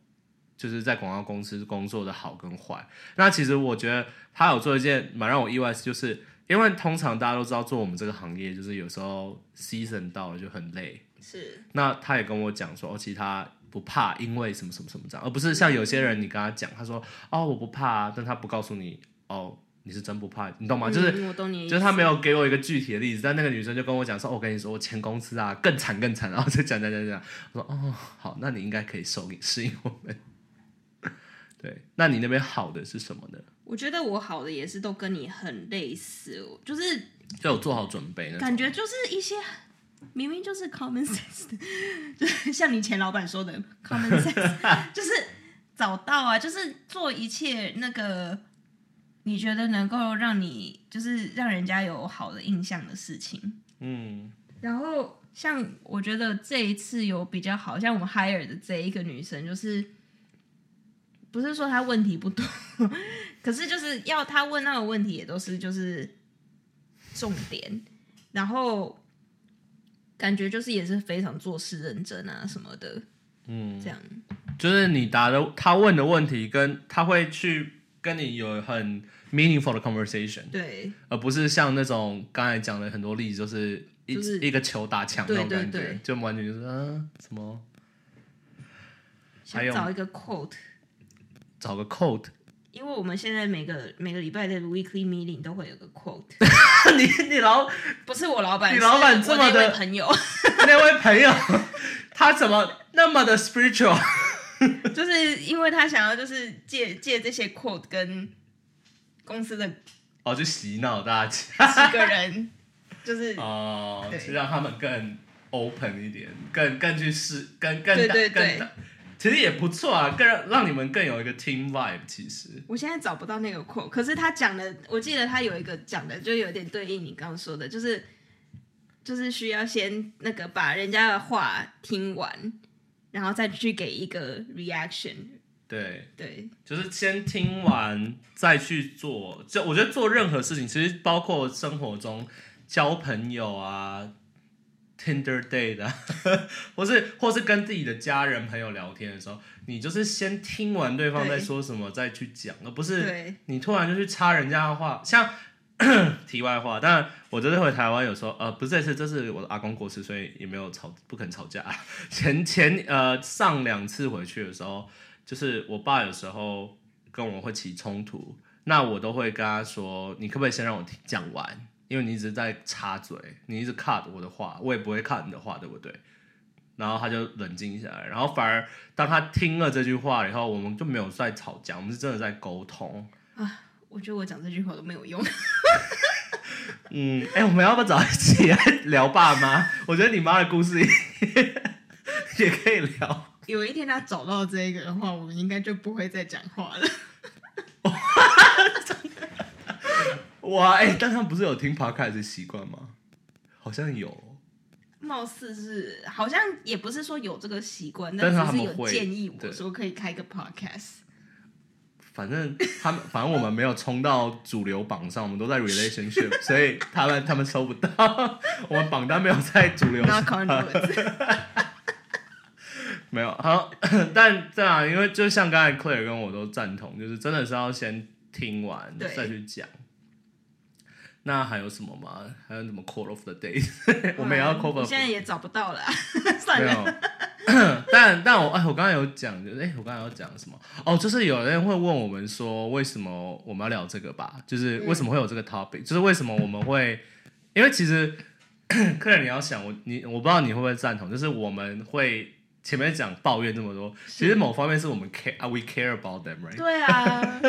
Speaker 1: 就是在广告公司工作的好跟坏。那其实我觉得他有做一件蛮让我意外的事，就是因为通常大家都知道做我们这个行业，就是有时候 season 到了就很累，
Speaker 2: 是
Speaker 1: 那他也跟我讲说，哦，其实他不怕，因为什么什么什么这样，而不是像有些人你跟他讲，他说哦我不怕、啊，但他不告诉你哦你是真不怕，你懂吗？就是
Speaker 2: 嗯我懂你的意思，
Speaker 1: 就是他没有给我一个具体的例子，但那个女生就跟我讲说：“哦我跟你说，我前公司啊更惨更惨。”然后就讲讲讲讲，我说：“哦，好，那你应该可以收适应我们。”对，那你那边好的是什么呢？
Speaker 2: 我觉得我好的也是都跟你很类似，我就是
Speaker 1: 就有做好准备呢？
Speaker 2: 感觉就是一些明明就是 common sense 的， [laughs] 就是像你前老板说的 common sense，就是找到啊，就是做一切那个你觉得能够让你就是让人家有好的印象的事情。
Speaker 1: 嗯，
Speaker 2: 然后像我觉得这一次有比较好，像我 hire 的这一个女生，就是不是说她问题不多， [laughs] 可是就是要她问到的问题也都是就是重点，然后感觉就是也是非常做事认真啊什么的，嗯，这样
Speaker 1: 就是你答的他问的问题，跟他会去跟你有很 meaningful 的 conversation，
Speaker 2: 对
Speaker 1: 而不是像那种刚才讲的很多例子，就是一、
Speaker 2: 就是
Speaker 1: 一个球打墙那
Speaker 2: 对
Speaker 1: 种感觉，
Speaker 2: 对对
Speaker 1: 就完全就是啊什么还
Speaker 2: 想
Speaker 1: 有
Speaker 2: 找一个 quote。
Speaker 1: 找个 code。
Speaker 2: 因为我们现在每个每个礼拜的 weekly meeting 都会有个 quote，
Speaker 1: [laughs] [laughs] 你你老
Speaker 2: 不是我老板，
Speaker 1: 你老板
Speaker 2: 是我
Speaker 1: 这么
Speaker 2: 那位
Speaker 1: 的 [laughs]
Speaker 2: 朋友，
Speaker 1: 那位朋友， [laughs] 他怎么那么的 spiritual？ [laughs]
Speaker 2: 就是因为他想要就是借借这些 quote 跟公司的
Speaker 1: 哦，就洗脑大
Speaker 2: [laughs]
Speaker 1: 家
Speaker 2: 几个人，就是
Speaker 1: 哦，
Speaker 2: 对
Speaker 1: 是让他们更 open 一点，更更去试，更更
Speaker 2: 对对对
Speaker 1: 更，其实也不错啊，更让让你们更有一个 team vibe。其实，
Speaker 2: 我现在找不到那个 quote，可是他讲的，我记得他有一个讲的，就有点对应你刚刚说的，就是就是需要先那个把人家的话听完，然后再去给一个 reaction，
Speaker 1: 对，
Speaker 2: 对
Speaker 1: 就是先听完再去做。就我觉得做任何事情，其实包括生活中交朋友啊。Tinder day 的、啊， [laughs] 或是或是跟自己的家人朋友聊天的时候，你就是先听完对方
Speaker 2: 对
Speaker 1: 在说什么，再去讲，而不是
Speaker 2: 对，
Speaker 1: 你突然就去插人家的话，像 [coughs] 题外话，当然我这次回台湾有时候，呃，不是这次，这次我的阿公过世，所以也没有吵，不肯吵架。 [laughs] 前前呃上两次回去的时候，就是我爸有时候跟我会起冲突，那我都会跟他说，你可不可以先让我听讲完？因为你一直在插嘴，你一直 cut 我的话，我也不会 cut 你的话，对不对？然后他就冷静下来，然后反而当他听了这句话以后，我们就没有在吵架，我们是真的在沟通。
Speaker 2: 我觉得我讲这句话都没有用，
Speaker 1: 嗯，哎、我们要不要找一起来聊爸妈？ [laughs] 我觉得你妈的故事也也可以聊。
Speaker 5: 有一天他找到这个的话，我们应该就不会再讲话了。
Speaker 1: 哇，哎、但他们不是有听 podcast 的习惯吗？好像有，
Speaker 2: 貌似是好像也不是说有这个习惯，
Speaker 1: 但是
Speaker 2: 只
Speaker 1: 他
Speaker 2: 是
Speaker 1: 们
Speaker 2: 有
Speaker 1: 会
Speaker 2: 建议我
Speaker 1: 对
Speaker 2: 说可以开个 [laughs] podcast。
Speaker 1: 反正他们，反正我们没有冲到主流榜上，我们都在 relationship，所以他们他们收不到， [laughs] 我们榜单没有在主流
Speaker 5: 然
Speaker 1: 上
Speaker 5: 后。考完作文，
Speaker 1: 没有好， [coughs] 但这样、因为就像刚才 Claire 跟我都赞同，就是真的是要先听完
Speaker 2: 对
Speaker 1: 再去讲。那还有什么吗？还有什么 call of the day？我 [laughs] 们也
Speaker 2: [laughs]
Speaker 1: 要 call
Speaker 2: [laughs] 我
Speaker 1: of the
Speaker 2: 现在
Speaker 1: day。
Speaker 2: 也找不到了啊， [laughs] 算
Speaker 1: 没
Speaker 2: 了。
Speaker 1: 有， [coughs] 但但我哎，我刚才有讲，就是哎，我刚才要讲什么？哦，就是有人会问我们说，为什么我们要聊这个吧？就是
Speaker 2: 嗯
Speaker 1: 为什么会有这个 topic？、就是为什么我们会？因为其实 [coughs] 客人你要想，我你我不知道你会不会赞同，就是我们会前面讲抱怨这么多，其实某方面是我们 care 啊，we care about them，right？
Speaker 2: 对啊，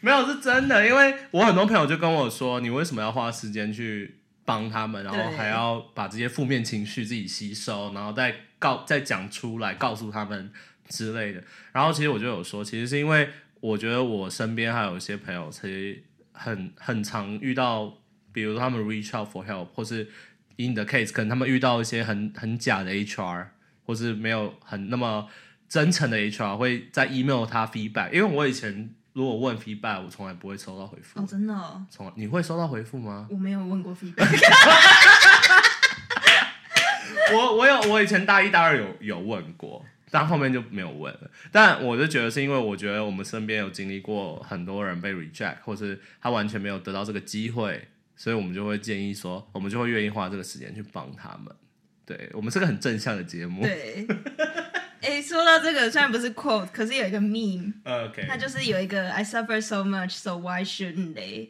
Speaker 1: 没有是真的，因为我很多朋友就跟我说，你为什么要花时间去帮他们，然后
Speaker 2: 对
Speaker 1: 还要把这些负面情绪自己吸收，然后再告再讲出来，告诉他们之类的。然后其实我就有说，其实是因为我觉得我身边还有一些朋友，其实很很常遇到，比如他们 reach out for help，或是 in the case，可能他们遇到一些很很假的 HR，或是没有很那么真诚的 HR 会在 email 他 feedback，因为我以前如果问 feedback，我从来不会收到回复
Speaker 2: 哦，，真的、哦，
Speaker 1: 从来你会收到回复吗？
Speaker 2: 我没有问
Speaker 1: [laughs]
Speaker 2: 过 feedback。
Speaker 1: [laughs] 我我有我以前大一大二有有问过，但后面就没有问了。但我就觉得是因为我觉得我们身边有经历过很多人被 reject，或是他完全没有得到这个机会，所以我们就会建议说，我们就会愿意花这个时间去帮他们。对我们是个很正向的节目。 [laughs]
Speaker 2: 对，哎、说到这个，虽然不是 quote，可是有一个 meme，
Speaker 1: OK，
Speaker 2: 它就是有一个 I suffer so much, so why shouldn't they？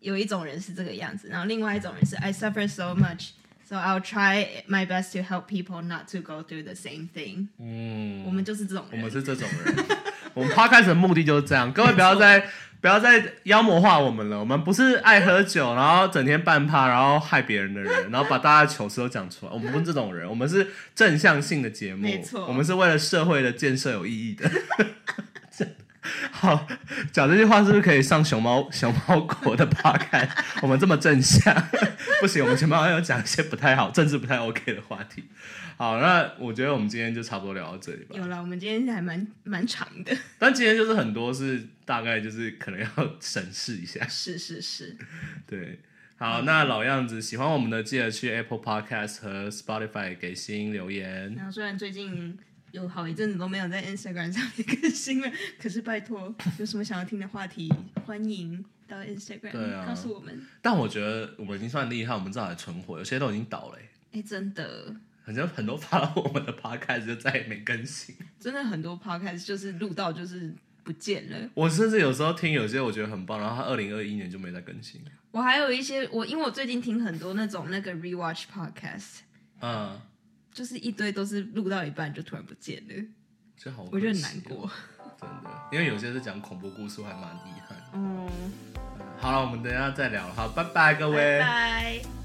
Speaker 2: 有一种人是这个样子，然后另外一种人是 I suffer so much, so I'll try my best to help people not to go through the same thing。
Speaker 1: 嗯，
Speaker 2: 我们就是这种
Speaker 1: 我
Speaker 2: 人，
Speaker 1: 们是这种人。我们 podcast 的目的就是这样，各位不要再不要再妖魔化我们了。我们不是爱喝酒，然后整天半趴，然后害别人的人，然后把大家的糗事都讲出来。我们不是这种人，我们是正向性的节目，
Speaker 2: 没错
Speaker 1: 我们是为了社会的建设有意义的。 [laughs] 好，讲这句话是不是可以上熊猫熊猫国的 podcast？我们这么正向， [laughs] 不行，我们前面好像有讲一些不太好、政治不太 OK 的话题。好，那我觉得我们今天就差不多聊到这里吧。
Speaker 2: 有了，我们今天还蛮蛮长的，
Speaker 1: 但今天就是很多是大概就是可能要 [laughs] 审视一下，
Speaker 2: 是是是，
Speaker 1: 对。好，那老样子，喜欢我们的记得去 Apple Podcast 和 Spotify 给星留言。
Speaker 2: 然后虽然最近有好一阵子都没有在 Instagram 上面更新了，可是拜托，有什么想要听的话题，欢迎到 Instagram、
Speaker 1: 对啊
Speaker 2: 告诉我们。
Speaker 1: 但我觉得我们已经算厉害，我们至少还存活，有些都已经倒了欸、
Speaker 2: 哎、真的，
Speaker 1: 好像很多发到我们的 podcast 就再也没更新。
Speaker 2: 真的很多 podcast 就是录到就是不见了。
Speaker 1: 我甚至有时候听有些我觉得很棒，然后他二零二一年就没再更新。
Speaker 2: 我还有一些，我因为我最近听很多那种那个 rewatch podcast，
Speaker 1: 嗯，
Speaker 2: 就是一堆都是录到一半就突然不见了，
Speaker 1: 就好、哦
Speaker 2: 我觉得很难过，。
Speaker 1: 真的，因为有些是讲恐怖故事，我还蛮遗憾。
Speaker 2: 哦，
Speaker 1: 好了，我们等一下再聊了，好，拜拜各位。
Speaker 2: 拜拜。